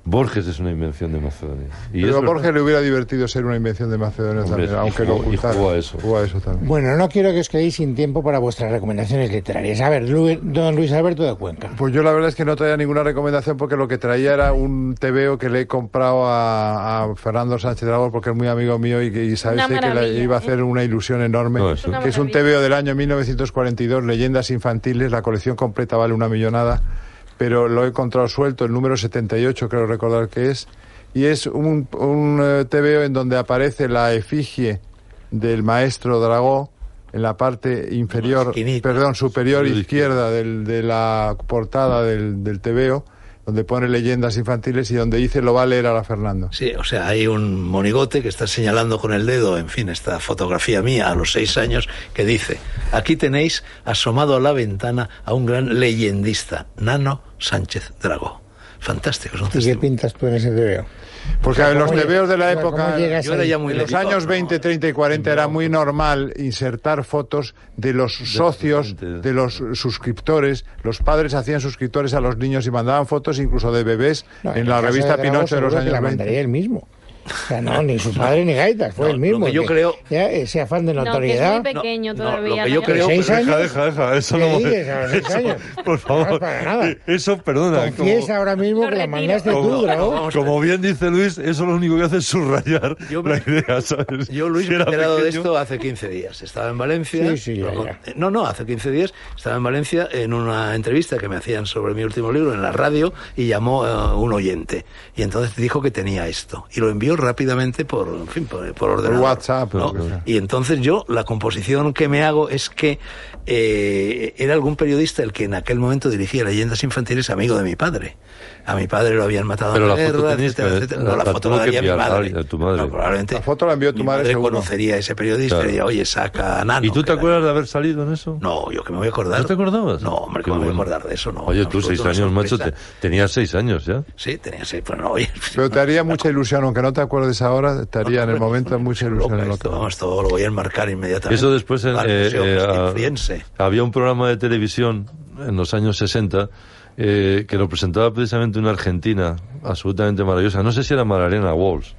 Speaker 5: Borges es una invención de Macedonia. Y
Speaker 4: Pero
Speaker 5: es
Speaker 4: a
Speaker 5: verdad.
Speaker 4: Borges le hubiera divertido ser una invención de Macedonio
Speaker 5: Hombre,
Speaker 4: también,
Speaker 5: y
Speaker 4: aunque
Speaker 5: jugó-
Speaker 4: lo
Speaker 5: y
Speaker 4: ocultara.
Speaker 5: jugó a eso.
Speaker 4: Jugó a eso también.
Speaker 2: Bueno, no quiero que os quedéis sin tiempo para vuestras recomendaciones literarias. A ver, Lu- don Luis Alberto de Cuenca.
Speaker 4: Pues yo la verdad es que no traía ninguna recomendación porque lo que traía era un TVO que le he comprado a, a Fernando Sánchez Dragón porque es muy amigo mío y, que- y sabes
Speaker 6: Una
Speaker 4: eh, que le
Speaker 6: maravilla,
Speaker 4: iba a
Speaker 6: ¿eh?
Speaker 4: hacer una ilusión enorme.
Speaker 5: No, eso. Una
Speaker 4: que es un
Speaker 6: maravilla.
Speaker 4: TVO del año 1942, Leyendas Infantiles, la colección completa vale una millonada, pero lo he encontrado suelto, el número 78 creo recordar que es, y es un, un eh, TVO en donde aparece la efigie del maestro Dragó en la parte inferior,
Speaker 3: esquinita.
Speaker 4: perdón, superior
Speaker 5: Superior
Speaker 4: izquierda del- de la portada del, del TVO, donde pone leyendas infantiles y donde dice lo va a leer ahora Fernando.
Speaker 3: Sí, o sea, hay un monigote que está señalando con el dedo, en fin, esta fotografía mía a los seis años, que dice, aquí tenéis asomado a la ventana a un gran leyendista, Nano Sánchez Dragó. Fantástico, es un
Speaker 2: ¿Y qué
Speaker 3: testimonio.
Speaker 2: pintas tú en ese video?
Speaker 4: Porque
Speaker 2: sea,
Speaker 4: en los
Speaker 2: ¿cómo llega-
Speaker 4: TVOs de la
Speaker 2: o sea, ¿cómo
Speaker 4: época...
Speaker 2: llegas
Speaker 3: Yo era
Speaker 2: ahí?
Speaker 3: ya muy
Speaker 4: En los
Speaker 3: lejos,
Speaker 4: años
Speaker 3: ¿no?
Speaker 4: 20, 30 y 40 era muy normal insertar fotos de los socios,
Speaker 5: gente.
Speaker 4: de los suscriptores. Los padres hacían suscriptores a los niños y mandaban fotos incluso de bebés
Speaker 2: No,
Speaker 4: en
Speaker 2: el
Speaker 4: la
Speaker 2: caso
Speaker 4: revista
Speaker 2: Drago
Speaker 4: Pinocho de
Speaker 2: seguro
Speaker 4: los
Speaker 2: que
Speaker 4: años
Speaker 2: la mandaría
Speaker 4: 20.
Speaker 2: él mismo. O sea, no, ni su padre ni Gaitas, fue
Speaker 3: No,
Speaker 2: el mismo.
Speaker 3: lo que yo
Speaker 2: que
Speaker 3: creo-
Speaker 2: ya eh, ese afán de
Speaker 6: No, que es muy
Speaker 2: notoriedad.
Speaker 6: pe- pequeño todavía,
Speaker 3: lo que yo
Speaker 6: ¿no?
Speaker 3: creo...
Speaker 2: ¿Seis
Speaker 5: Deja,
Speaker 2: años?
Speaker 5: deja, deja, eso
Speaker 2: ¿Qué
Speaker 5: no...
Speaker 2: dices a los seis
Speaker 5: eso,
Speaker 2: años?
Speaker 5: Por favor,
Speaker 2: No es para nada.
Speaker 5: eso perdona. como-
Speaker 2: Confiesa ahora mismo
Speaker 6: Lo
Speaker 2: que la
Speaker 6: retiro.
Speaker 2: mandaste tú,
Speaker 5: Como-
Speaker 2: Drago.
Speaker 3: Vamos a
Speaker 5: Como bien dice Luis, eso lo único que hace es subrayar
Speaker 3: Yo me-
Speaker 5: la idea, ¿sabes?
Speaker 3: Yo, Luis,
Speaker 5: Si
Speaker 3: me he
Speaker 5: era
Speaker 3: enterado de
Speaker 5: pequeño-
Speaker 3: esto hace 15 días. Estaba en Valencia. eh,
Speaker 2: Sí, sí, ya, ya.
Speaker 3: No, no, hace 15 días estaba en Valencia en una entrevista que me hacían sobre mi último libro en la radio y llamó eh, un oyente. Y entonces dijo que tenía esto. Y lo envió rápidamente por, en fin, por, por ordenador.
Speaker 4: WhatsApp,
Speaker 3: ¿no?
Speaker 4: por WhatsApp.
Speaker 3: Y entonces yo, la composición que me hago es que eh, era algún periodista el que en aquel momento dirigía Leyendas Infantiles, amigo de mi padre. A mi padre lo habían matado
Speaker 5: Pero
Speaker 3: en
Speaker 5: la
Speaker 3: la,
Speaker 5: foto
Speaker 3: guerra,
Speaker 5: tenías
Speaker 3: etcétera,
Speaker 5: que-
Speaker 3: etcétera.
Speaker 5: la-
Speaker 3: No, la,
Speaker 5: la
Speaker 3: foto
Speaker 5: tuvo
Speaker 3: la
Speaker 5: que
Speaker 3: daría mi
Speaker 5: pillar
Speaker 3: madre.
Speaker 5: a- a tu madre.
Speaker 3: No, probablemente
Speaker 4: La foto la envió tu
Speaker 3: mi
Speaker 4: madre
Speaker 3: madre
Speaker 4: seguro.
Speaker 3: conocería a ese periodista
Speaker 5: Claro.
Speaker 3: y diría, oye, saca a Nano.
Speaker 5: ¿Y tú
Speaker 3: que
Speaker 5: te
Speaker 3: era-
Speaker 5: acuerdas de haber salido en eso?
Speaker 3: Ah, No, yo que me voy a acordar.
Speaker 5: ¿No te acordabas?
Speaker 3: No, hombre, que
Speaker 5: Qué
Speaker 3: me voy a
Speaker 5: bueno.
Speaker 3: acordar de eso, no.
Speaker 5: Oye,
Speaker 3: en
Speaker 5: tú
Speaker 3: absoluto,
Speaker 5: seis
Speaker 3: una
Speaker 5: años, macho,
Speaker 3: sorpresa.
Speaker 5: te- tenías seis años ya.
Speaker 3: Sí, tenía seis, pero no, oye.
Speaker 4: Pero te haría mucha ilusión, aunque no te acuerdes ahora, te haría en el momento mucha ilusión. en lo que-
Speaker 3: Esto, vamos, todo lo voy a enmarcar inmediatamente.
Speaker 5: Eso después en,
Speaker 3: Al
Speaker 5: eh,
Speaker 3: Museo pues,
Speaker 5: eh, a-
Speaker 3: Castiliense.
Speaker 5: había un programa de televisión en los años 60 eh, que lo presentaba precisamente una argentina absolutamente maravillosa. No sé si era Malarena Walls,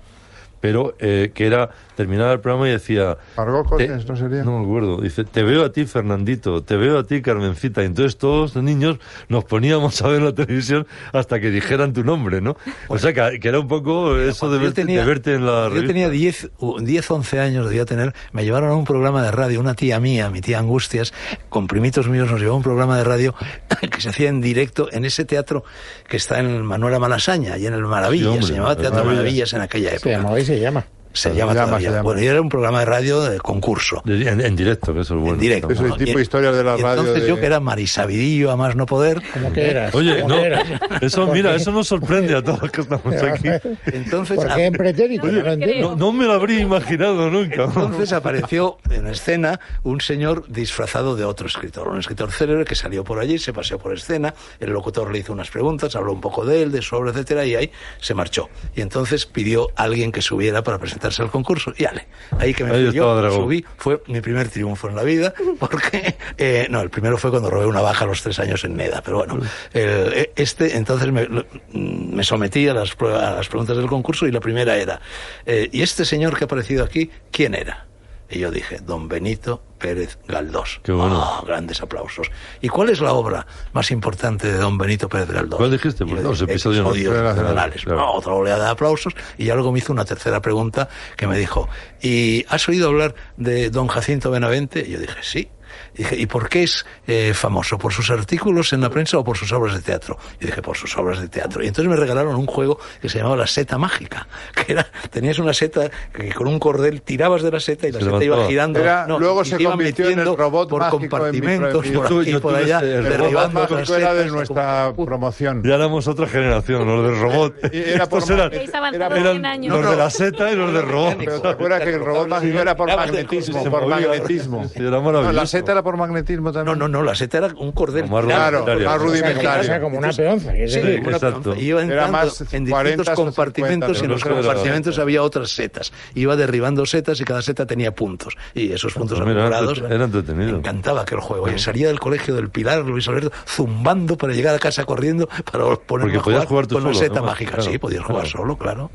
Speaker 5: pero eh, que era terminaba el programa y decía
Speaker 4: Margot Cortés,
Speaker 5: te-
Speaker 4: ¿no sería?
Speaker 5: No me acuerdo. Dice, te veo a ti, Fernandito, te veo a ti, Carmencita. Y entonces todos los niños nos poníamos a ver la televisión hasta que dijeran tu nombre, ¿no? O sea, que, que era un poco eso
Speaker 3: Cuando
Speaker 5: de
Speaker 3: yo
Speaker 5: verte,
Speaker 3: tenía-
Speaker 5: de verte en la
Speaker 3: Yo
Speaker 5: revista.
Speaker 3: tenía 10, u- 10, 11 años, debía tener. Me llevaron a un programa de radio, una tía mía, mi tía Angustias, con primitos míos, nos llevó a un programa de radio que se hacía en directo en ese teatro que está en el Manuela Malasaña y en el Maravillas.
Speaker 5: Sí, hombre,
Speaker 3: se llamaba Teatro
Speaker 5: Maravillas.
Speaker 3: Maravillas en aquella
Speaker 2: Se
Speaker 3: época.
Speaker 2: llamaba y se llama.
Speaker 3: Se llama,
Speaker 4: llama,
Speaker 3: todavía.
Speaker 4: se llama.
Speaker 3: Bueno, y era un programa de radio de concurso.
Speaker 5: De- En, en directo, que eso es bueno.
Speaker 3: en directo.
Speaker 4: Eso es
Speaker 3: ¿no?
Speaker 4: tipo
Speaker 3: Y-
Speaker 4: historias de la
Speaker 3: y
Speaker 4: radio
Speaker 3: Entonces
Speaker 4: de-
Speaker 3: yo que era Marisabidillo a más no poder.
Speaker 2: ¿Cómo que eras?
Speaker 5: Oye,
Speaker 2: ¿Cómo
Speaker 5: no,
Speaker 2: que eras?
Speaker 5: eso mira, eso nos sorprende a todos los que estamos aquí.
Speaker 3: Entonces,
Speaker 2: Porque en pretérito,
Speaker 6: Oye,
Speaker 2: no lo entiendo.
Speaker 5: No, no me lo habría imaginado nunca.
Speaker 3: Entonces apareció en escena un señor disfrazado de otro escritor, un escritor célebre que salió por allí, se paseó por escena, el locutor le hizo unas preguntas, habló un poco de él, de su obra, etcétera, y ahí se marchó. Y entonces pidió a alguien que subiera para presentarse al concurso. Y ale, ahí que me
Speaker 5: Ahí
Speaker 3: fui yo,
Speaker 5: estaba Dragó.
Speaker 3: subí, fue mi primer triunfo en la vida, porque eh, no, el primero fue cuando robé una baja a los tres años en Meda, pero bueno, el- este entonces me, lo- me sometí a las, pruebas- a las preguntas del concurso y la primera era, eh, ¿y este señor que ha aparecido aquí, quién era? Y yo dije, don Benito Pérez Galdós.
Speaker 5: Qué bueno.
Speaker 3: Ah, grandes aplausos. ¿Y cuál es la obra más importante de don Benito Pérez Galdós?
Speaker 5: ¿Cuál dijiste?
Speaker 3: Y
Speaker 5: Pues
Speaker 3: yo
Speaker 5: no,
Speaker 3: dije,
Speaker 5: los episodios no.
Speaker 3: episodios
Speaker 4: Claro,
Speaker 3: nacionales.
Speaker 5: claro.
Speaker 3: No, otra oleada de aplausos. Y ya luego me hizo una tercera pregunta que me dijo, ¿y has oído hablar de don Jacinto Benavente? Y yo dije, sí. Y dije, ¿y por qué es eh, famoso? ¿Por sus artículos en la prensa o por sus obras de teatro? Y dije, por sus obras de teatro. Y entonces me regalaron un juego que se llamaba La Seta Mágica, que era, tenías una seta que con un cordel tirabas de la seta y la
Speaker 5: Se
Speaker 3: seta
Speaker 5: levantaba.
Speaker 3: iba girando.
Speaker 4: Era- luego
Speaker 3: y
Speaker 4: se
Speaker 3: te iba
Speaker 4: convirtió en el
Speaker 3: metiendo
Speaker 4: robot
Speaker 3: por
Speaker 4: mágico en
Speaker 3: compartimentos,
Speaker 4: microempresas.
Speaker 3: por
Speaker 5: Yo
Speaker 3: aquí, por
Speaker 5: tuve- yo tuve
Speaker 3: allá,
Speaker 5: ese- el robot
Speaker 3: derribando
Speaker 4: más
Speaker 3: las
Speaker 4: era de
Speaker 3: setas,
Speaker 4: nuestra
Speaker 3: como-
Speaker 4: promoción.
Speaker 5: Ya éramos otra generación, los del robot.
Speaker 4: Era por
Speaker 5: Estos eran,
Speaker 6: Habéis avanzado
Speaker 4: Era-
Speaker 6: 100
Speaker 5: eran
Speaker 6: años.
Speaker 5: los de la seta y los del
Speaker 4: Pero te
Speaker 5: robot.
Speaker 4: acuerdas que el robot mágico era por
Speaker 3: Tirabas del
Speaker 4: magnetismo,
Speaker 5: coche y se
Speaker 4: por
Speaker 5: movía.
Speaker 4: magnetismo.
Speaker 5: Sí, era
Speaker 4: No, la
Speaker 5: maravilloso.
Speaker 4: seta era por magnetismo
Speaker 3: No,
Speaker 4: también.
Speaker 3: no, no, la seta era un cordel.
Speaker 5: Omar
Speaker 3: tirado.
Speaker 4: Claro, más
Speaker 2: O sea, que
Speaker 4: rudimentario.
Speaker 2: pasa como una peonza. que es
Speaker 3: Sí, pues.
Speaker 2: decir,
Speaker 5: Sí,
Speaker 3: una
Speaker 5: exacto.
Speaker 3: planta. Iba
Speaker 4: Era
Speaker 3: entrando
Speaker 4: más
Speaker 3: en
Speaker 4: 40
Speaker 3: distintos
Speaker 4: o 50,
Speaker 3: compartimentos y en
Speaker 5: ¿no?
Speaker 3: los
Speaker 5: Creo que era
Speaker 3: compartimentos había otras setas. Iba derribando setas y cada seta tenía puntos. Y esos puntos
Speaker 5: Mira, era
Speaker 3: acumulados.
Speaker 5: entre- era entretenido.
Speaker 3: Me encantaba aquel juego. Y salía del colegio del Pilar, Luis Alberto, zumbando para llegar a casa corriendo para ponerme
Speaker 5: Porque
Speaker 3: a
Speaker 5: podías
Speaker 3: jugar,
Speaker 5: jugar tú
Speaker 3: con
Speaker 5: solo,
Speaker 3: la seta
Speaker 5: además,
Speaker 3: mágica.
Speaker 5: claro,
Speaker 3: sí, podías jugar
Speaker 5: claro.
Speaker 3: solo, claro.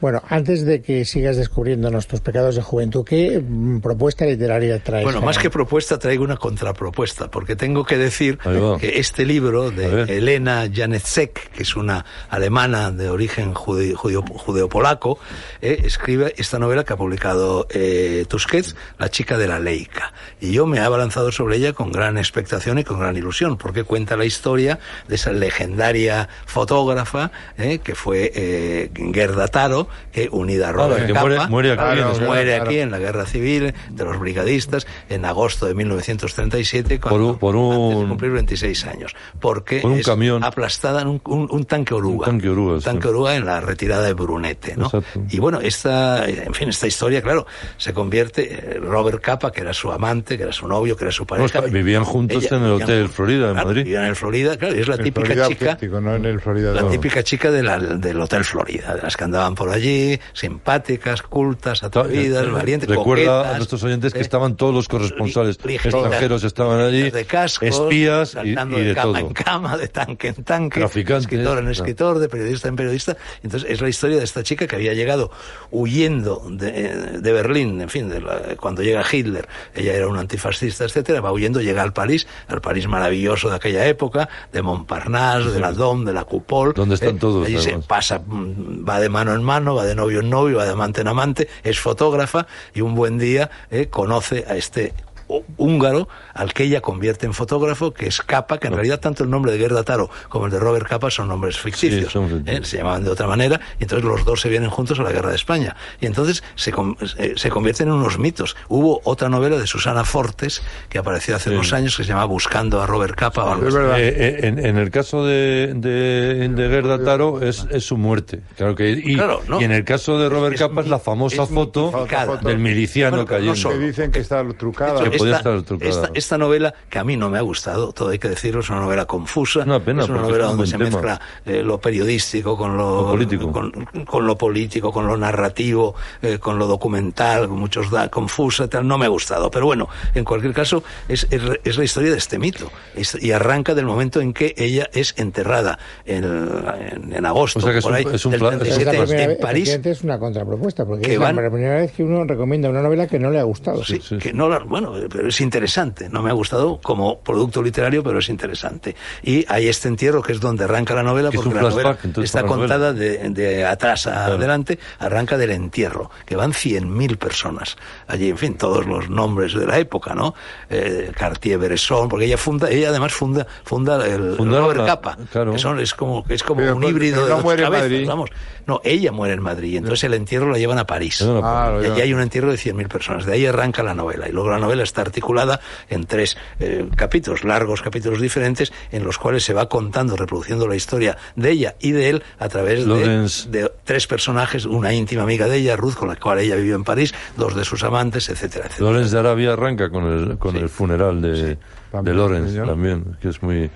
Speaker 2: Bueno, antes de que sigas descubriéndonos tus pecados de juventud, ¿qué mm, propuesta literaria traes?
Speaker 3: Bueno, más
Speaker 2: Gerardo?
Speaker 3: que propuesta, traigo una contrapropuesta, porque tengo que decir
Speaker 5: Ahí va.
Speaker 3: que este libro
Speaker 5: A ver.
Speaker 3: de Elena Janecek, que es una alemana de origen judío- judío- judeo-polaco, eh, escribe esta novela que ha publicado eh, Tusquets, La chica de la leica. Y yo me he abalanzado sobre ella con gran expectación y con gran ilusión, porque cuenta la historia de esa legendaria fotógrafa eh, que fue eh, Gerda Taro, que unida a Robert
Speaker 5: que
Speaker 3: Capa,
Speaker 5: muere- muere
Speaker 4: en
Speaker 5: aquí
Speaker 3: nos
Speaker 4: la-
Speaker 3: muere
Speaker 4: claro.
Speaker 3: aquí en la guerra civil de los brigadistas en agosto de 1937
Speaker 5: Por un-
Speaker 3: cuando,
Speaker 5: por un-
Speaker 3: antes de cumplir 26 años porque
Speaker 5: por un
Speaker 3: es
Speaker 5: camión.
Speaker 3: aplastada en un, un- un tanque oruga
Speaker 5: tanque oruga,
Speaker 3: un tanque
Speaker 5: sí.
Speaker 3: oruga en la retirada de Brunete ¿no?
Speaker 5: Exacto.
Speaker 3: y bueno esta en fin esta historia claro se convierte eh, Robert Capa que era su amante que era su novio que era su pareja
Speaker 5: está- vivían juntos en el
Speaker 3: vivían
Speaker 5: Hotel Florida de
Speaker 3: Claro,
Speaker 5: Madrid.
Speaker 3: vivían en Florida claro y es la
Speaker 4: En
Speaker 3: típica
Speaker 4: Florida
Speaker 3: chica
Speaker 4: auténtico, no en el Florida
Speaker 3: la
Speaker 4: no.
Speaker 3: típica chica de la- del Hotel Florida, de las que andaban por allí, simpáticas, cultas, atrevidas, valientes,
Speaker 5: Recuerda
Speaker 3: coquetas,
Speaker 5: a nuestros oyentes que
Speaker 3: eh,
Speaker 5: estaban todos los corresponsales
Speaker 3: li- ligeritas,
Speaker 5: extranjeros estaban allí,
Speaker 3: de cascos,
Speaker 5: espías y,
Speaker 3: saltando
Speaker 5: y
Speaker 3: de,
Speaker 5: de
Speaker 3: cama
Speaker 5: todo.
Speaker 3: en cama, de tanque en tanque, de
Speaker 5: Traficantes,
Speaker 3: escritor en
Speaker 5: claro.
Speaker 3: escritor, de periodista en periodista. Entonces es la historia de esta chica que había llegado huyendo de, de Berlín, en fin, de la- cuando llega Hitler, ella era una antifascista, etcétera, va huyendo, llega al París, al París maravilloso de aquella época, de Montparnasse, de la Dom, de la Coupole. Eh,
Speaker 5: Donde están todos,
Speaker 3: Allí se
Speaker 5: además.
Speaker 3: pasa, mm, va de mano en mano, va de novio en novio, va de amante en amante, es fotógrafa y un buen día eh, conoce a este hú- húngaro al que ella convierte en fotógrafo, que es Capa, que en realidad tanto el nombre de Gerda Taro como el de Robert Capa son nombres ficticios,
Speaker 5: son
Speaker 3: ¿eh?
Speaker 5: ficticios.
Speaker 3: se llamaban de otra manera, y entonces los dos se vienen juntos a la guerra de España. Y entonces se, com- eh, se convierten en unos mitos. Hubo otra novela de Susana Fortes que apareció hace
Speaker 5: Sí.
Speaker 3: unos años que se llamaba Buscando a Robert Capa o algo
Speaker 4: Es
Speaker 3: así.
Speaker 4: verdad.
Speaker 5: Eh, eh, en, en el caso de, de, de Gerda Taro es, es su muerte. Claro que, y,
Speaker 3: Claro, ¿no?
Speaker 5: y en el caso de Robert Capa es la famosa
Speaker 3: es
Speaker 5: foto
Speaker 3: mitificada.
Speaker 5: del miliciano
Speaker 3: Bueno, pero no
Speaker 5: cayendo.
Speaker 3: solo,
Speaker 4: Que dicen que está trucada.
Speaker 3: Esta-
Speaker 5: Que podía estar trucada.
Speaker 3: esta- esta novela, que a mí no me ha gustado, todo hay que decirlo, es una novela confusa.
Speaker 5: Es una pena,
Speaker 3: es una
Speaker 5: porque
Speaker 3: novela
Speaker 5: es un
Speaker 3: donde
Speaker 5: buen
Speaker 3: se
Speaker 5: tema.
Speaker 3: mezcla eh, lo periodístico con lo,
Speaker 5: Lo político.
Speaker 3: Con, con lo político, con lo narrativo, eh, con lo documental, con muchos da, confusa, tal. No me ha gustado. Pero bueno, en cualquier caso, es, es, es la historia de este mito. Es- y arranca del momento en que ella es enterrada en, en- en agosto,
Speaker 5: O sea que es
Speaker 3: por
Speaker 5: un-
Speaker 3: ahí,
Speaker 5: es un
Speaker 3: del
Speaker 5: fla- es un
Speaker 3: 37
Speaker 5: flashback.
Speaker 3: en
Speaker 2: vez-
Speaker 3: París.
Speaker 2: efectivamente, es una contrapropuesta, porque
Speaker 3: Que
Speaker 2: es
Speaker 3: van-
Speaker 2: la primera vez que uno recomienda una novela que no le ha gustado.
Speaker 3: Sí,
Speaker 5: sí,
Speaker 3: que no la- bueno, pero es interesante. No me ha gustado como producto literario, pero es interesante. Y hay este entierro que es donde arranca la novela,
Speaker 5: Que es
Speaker 3: porque
Speaker 5: un
Speaker 3: la novela
Speaker 5: flashback, entonces,
Speaker 3: está
Speaker 5: para la
Speaker 3: contada de, de atrás a
Speaker 5: Claro.
Speaker 3: adelante, arranca del entierro, que van 100.000 personas. Allí, en fin, todos los nombres de la época, ¿no? Eh, Cartier-Bresson, porque ella funda, ella además funda, funda el
Speaker 5: Fundaron
Speaker 3: Robert
Speaker 5: la-
Speaker 3: Capa,
Speaker 5: claro.
Speaker 3: que son, es como, es como
Speaker 4: Pero,
Speaker 3: un
Speaker 4: pero
Speaker 3: híbrido
Speaker 4: no
Speaker 3: de dos
Speaker 4: muere en
Speaker 3: cabezas,
Speaker 4: Madrid.
Speaker 3: vamos. No, ella muere en Madrid, y entonces el entierro la llevan a París.
Speaker 5: Es una
Speaker 4: Ah, lo
Speaker 3: Y allí
Speaker 4: lleva.
Speaker 3: hay un entierro de 100.000 personas. De ahí arranca la novela. Y luego la novela está articulada en tres eh, capítulos, largos capítulos diferentes, en los cuales se va contando, reproduciendo la historia de ella y de él a través de,
Speaker 5: Lorenz.
Speaker 3: de tres personajes, una íntima amiga de ella, Ruth, con la cual ella vivió en París, dos de sus amantes, etcétera, etcétera.
Speaker 5: Lorenz de Arabia arranca con el, con
Speaker 3: Sí.
Speaker 5: el funeral de,
Speaker 4: También,
Speaker 5: de Lorenz
Speaker 4: señor.
Speaker 5: también, que es muy...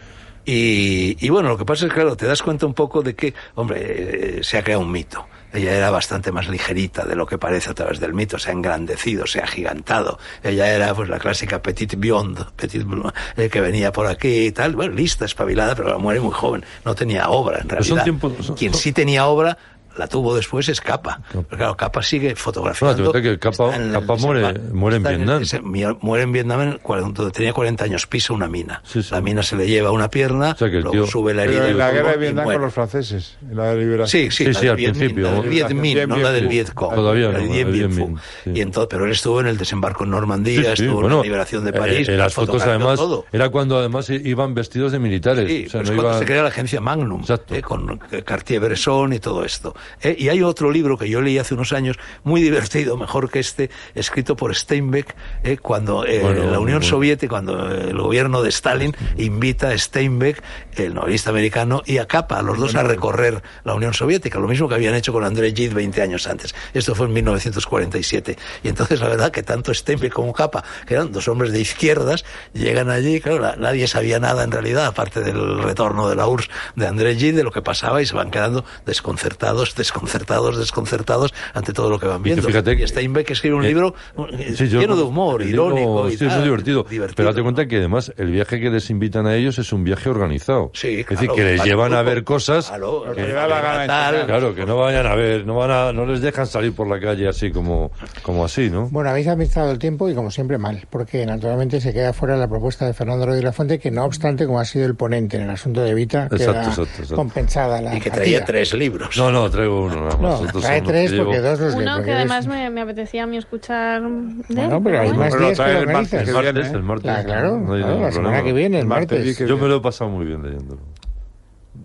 Speaker 3: Y, y bueno, lo que pasa es que, claro, te das cuenta un poco de que, hombre, eh, se ha creado un mito. Ella era bastante más ligerita de lo que parece a través del mito, se ha engrandecido, se ha gigantado. Ella era pues la clásica petit blonde, petit blonde, eh, que venía por aquí y tal, bueno, lista, espabilada, pero la muere muy joven, no tenía obra en
Speaker 5: Pues son
Speaker 3: realidad.
Speaker 5: tiempos- son-
Speaker 3: Quien sí tenía obra la tuvo después es Capa. Pero claro, Capa sigue fotografiando.
Speaker 5: No, te que Capa,
Speaker 3: Está en la-
Speaker 5: Capa muere, muere en
Speaker 3: está
Speaker 5: Vietnam.
Speaker 3: ese- muere en Vietnam en cuando tenía 40 años, pisa una mina.
Speaker 5: Sí, sí.
Speaker 3: La mina se le lleva una pierna,
Speaker 5: O sea que el
Speaker 3: luego
Speaker 5: tío-
Speaker 3: sube la herida.
Speaker 4: Pero
Speaker 3: y
Speaker 4: en la
Speaker 3: luego-
Speaker 4: guerra de
Speaker 3: y
Speaker 4: Vietnam
Speaker 3: muere.
Speaker 4: con los franceses, en la de liberación.
Speaker 3: Sí, sí,
Speaker 5: Sí,
Speaker 3: la
Speaker 5: sí,
Speaker 3: del
Speaker 5: al
Speaker 3: Viet Minh,
Speaker 5: principio.
Speaker 3: la del Viet Minh,
Speaker 4: Bien,
Speaker 3: no
Speaker 4: bien,
Speaker 3: la del
Speaker 4: bien.
Speaker 3: Viet Cong.
Speaker 5: Todavía
Speaker 3: la del
Speaker 5: no,
Speaker 3: Viet
Speaker 5: la
Speaker 3: Minh
Speaker 5: del Viet
Speaker 3: Fu.
Speaker 5: Minh, sí.
Speaker 3: Y entonces, pero él estuvo en el desembarco en Normandía,
Speaker 5: Sí, sí,
Speaker 3: estuvo en
Speaker 5: bueno,
Speaker 3: la liberación de
Speaker 5: eh,
Speaker 3: París.
Speaker 5: eh, las fotos,
Speaker 3: fotografió
Speaker 5: además,
Speaker 3: todo.
Speaker 5: era cuando además iban vestidos de militares.
Speaker 3: Sí,
Speaker 5: o sea,
Speaker 3: pues
Speaker 5: no
Speaker 3: cuando
Speaker 5: iban-
Speaker 3: se crea la agencia Magnum,
Speaker 5: Exacto.
Speaker 3: eh, con Cartier-Bresson y todo esto. Eh, y hay otro libro que yo leí hace unos años, muy divertido, mejor que este, escrito por Steinbeck, eh, cuando eh,
Speaker 5: Bueno,
Speaker 3: la Unión
Speaker 5: bueno.
Speaker 3: Soviética, cuando eh, el gobierno de Stalin invita a Steinbeck, el novelista americano, y a Capa, a los dos a recorrer la Unión Soviética, lo mismo que habían hecho con André Gide 20 años antes. Esto fue en 1947. Y entonces, la verdad, que tanto Steinbeck como Capa, que eran dos hombres de izquierdas, llegan allí, y, claro, la- nadie sabía nada en realidad, aparte del retorno de la URSS de André Gide, de lo que pasaba, y se van quedando desconcertados, desconcertados, desconcertados ante todo lo que van
Speaker 5: Y que
Speaker 3: viendo.
Speaker 5: fíjate que-
Speaker 3: y Steinbeck escribe un
Speaker 5: eh,
Speaker 3: libro eh,
Speaker 5: Sí, yo-
Speaker 3: lleno de humor,
Speaker 5: digo,
Speaker 3: irónico. y
Speaker 5: sí, eso
Speaker 3: tal,
Speaker 5: es divertido. Pero date cuenta
Speaker 3: ¿no?
Speaker 5: que además el viaje que les invitan a ellos es un viaje organizado.
Speaker 3: Sí,
Speaker 5: es decir,
Speaker 3: claro,
Speaker 5: que les
Speaker 3: vale,
Speaker 5: llevan a
Speaker 3: grupo.
Speaker 5: ver cosas.
Speaker 3: Claro,
Speaker 5: que-
Speaker 4: le da la gana de
Speaker 3: tal,
Speaker 4: enseñar.
Speaker 5: Claro, que no vayan a ver, no van a, no les dejan salir por la calle así como, como así, ¿no?
Speaker 2: Bueno, habéis administrado el tiempo y como siempre mal, porque naturalmente se queda fuera la propuesta de Fernando Rodríguez de la Fuente, que no obstante, como ha sido el ponente en el asunto de Evita,
Speaker 5: Exacto,
Speaker 2: queda
Speaker 5: exacto, exacto.
Speaker 2: compensada la
Speaker 3: Y que traía
Speaker 2: fatiga.
Speaker 3: tres libros.
Speaker 5: No, no, traigo uno nada más.
Speaker 2: No,
Speaker 5: Otros
Speaker 2: trae
Speaker 5: son los
Speaker 2: tres
Speaker 5: que
Speaker 2: porque
Speaker 5: llevo.
Speaker 2: dos los lee,
Speaker 6: Uno
Speaker 2: porque
Speaker 6: que además
Speaker 2: eres-
Speaker 6: me, me apetecía a mí escuchar de él,
Speaker 2: Bueno, pero hay
Speaker 6: bueno.
Speaker 2: más
Speaker 4: Pero lo
Speaker 2: días que
Speaker 4: trae
Speaker 2: lo
Speaker 4: el martes,
Speaker 2: organizas.
Speaker 5: El
Speaker 4: que
Speaker 5: martes,
Speaker 4: viene, ¿eh?
Speaker 5: el martes.
Speaker 2: Ah, claro,
Speaker 5: No hay
Speaker 2: claro,
Speaker 5: ningún
Speaker 2: la semana
Speaker 5: problema.
Speaker 2: que viene, el
Speaker 4: El martes
Speaker 2: martes.
Speaker 4: que
Speaker 5: Yo me
Speaker 4: viene.
Speaker 5: lo he pasado muy bien leyéndolo.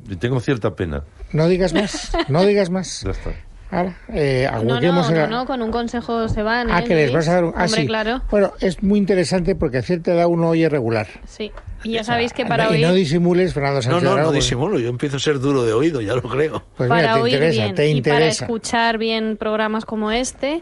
Speaker 5: Y tengo cierta pena.
Speaker 2: No digas más, no digas más.
Speaker 5: Ya está.
Speaker 2: Ahora, eh,
Speaker 6: No,
Speaker 2: agüequemos
Speaker 6: no,
Speaker 2: el-
Speaker 6: no, no, con un consejo se van.
Speaker 2: Ah,
Speaker 6: ¿eh,
Speaker 2: que les
Speaker 6: Luis?
Speaker 2: vas a dar un... Ah,
Speaker 6: Hombre,
Speaker 2: sí.
Speaker 6: claro.
Speaker 2: Bueno, es muy interesante porque a cierta edad uno oye regular.
Speaker 6: Sí. Y ya sabéis que para
Speaker 2: y
Speaker 6: hoy.
Speaker 2: no disimules, Fernando
Speaker 3: No,
Speaker 2: Sánchez
Speaker 3: no,
Speaker 2: Dragó,
Speaker 3: no
Speaker 2: pues-
Speaker 3: disimulo, yo empiezo a ser duro de oído, ya lo creo.
Speaker 2: Pues
Speaker 6: para
Speaker 2: mira, te
Speaker 6: oír
Speaker 2: interesa,
Speaker 6: bien
Speaker 2: te
Speaker 6: y para
Speaker 2: interesa.
Speaker 6: escuchar bien programas como este,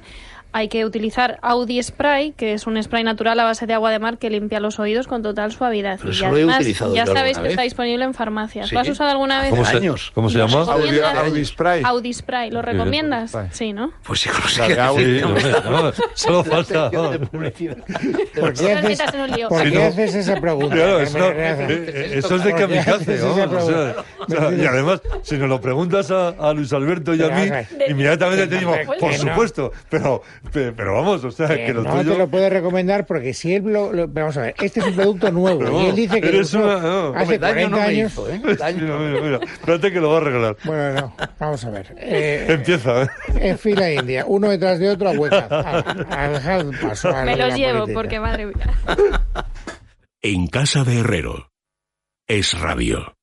Speaker 6: hay que utilizar Audi Spray, que es un spray natural a base de agua de mar que limpia los oídos con total suavidad.
Speaker 3: Pero
Speaker 6: Y
Speaker 3: eso lo he
Speaker 6: además,
Speaker 3: utilizado
Speaker 6: ya
Speaker 3: yo
Speaker 6: sabéis
Speaker 3: alguna
Speaker 6: que está
Speaker 3: vez.
Speaker 6: disponible en farmacias.
Speaker 3: Sí.
Speaker 6: ¿Lo has usado alguna vez?
Speaker 5: ¿Cómo
Speaker 3: años.
Speaker 5: se, ¿cómo se
Speaker 6: Nos
Speaker 5: llama?
Speaker 6: jodemos.
Speaker 4: Audio,
Speaker 6: recomiendas?
Speaker 4: audio spray.
Speaker 6: Audi Spray, ¿lo recomiendas? Sí, ¿no?
Speaker 3: Pues sí, como
Speaker 4: Dale,
Speaker 3: sea.
Speaker 4: Audi.
Speaker 5: Sí, no, no, solo falta.
Speaker 2: ¿Por qué
Speaker 6: No te
Speaker 2: haces,
Speaker 6: metas en un lío.
Speaker 2: por
Speaker 5: Sí,
Speaker 2: qué
Speaker 5: no.
Speaker 2: haces esa pregunta?
Speaker 5: Claro, eso,
Speaker 2: Carmen Reaza?
Speaker 5: eh, eso es de kamikaze,
Speaker 2: Esa
Speaker 5: vamos, o sea,
Speaker 2: pregunta.
Speaker 5: o sea, y además, si nos lo preguntas a, a Luis Alberto y a
Speaker 2: Pero
Speaker 5: mí,
Speaker 2: vamos a
Speaker 6: ver.
Speaker 5: inmediatamente te
Speaker 6: Que
Speaker 5: digo,
Speaker 6: no,
Speaker 5: por
Speaker 6: que no.
Speaker 5: supuesto, pero, pe- pero vamos, o sea,
Speaker 2: Que
Speaker 5: que lo
Speaker 2: no te
Speaker 5: tuyo...
Speaker 2: lo puedo recomendar porque si él lo, lo- vamos a ver, este es un producto nuevo
Speaker 5: Pero
Speaker 2: y él dice que lo
Speaker 5: eres
Speaker 2: usó
Speaker 5: una- no.
Speaker 2: hace
Speaker 3: Hombre,
Speaker 2: 40
Speaker 3: daño no me
Speaker 2: años.
Speaker 3: hizo, ¿eh?
Speaker 5: Mira, mira, mira, espérate que lo va a arreglar.
Speaker 2: Bueno, no, vamos a ver. Eh,
Speaker 5: Empieza, ¿eh?
Speaker 2: en fila india, uno detrás de otro a hueca. A- a dejar paso a
Speaker 6: Me
Speaker 2: la
Speaker 6: los llevo
Speaker 2: política.
Speaker 6: porque madre mía.
Speaker 1: En casa de Herrero. Es Radio.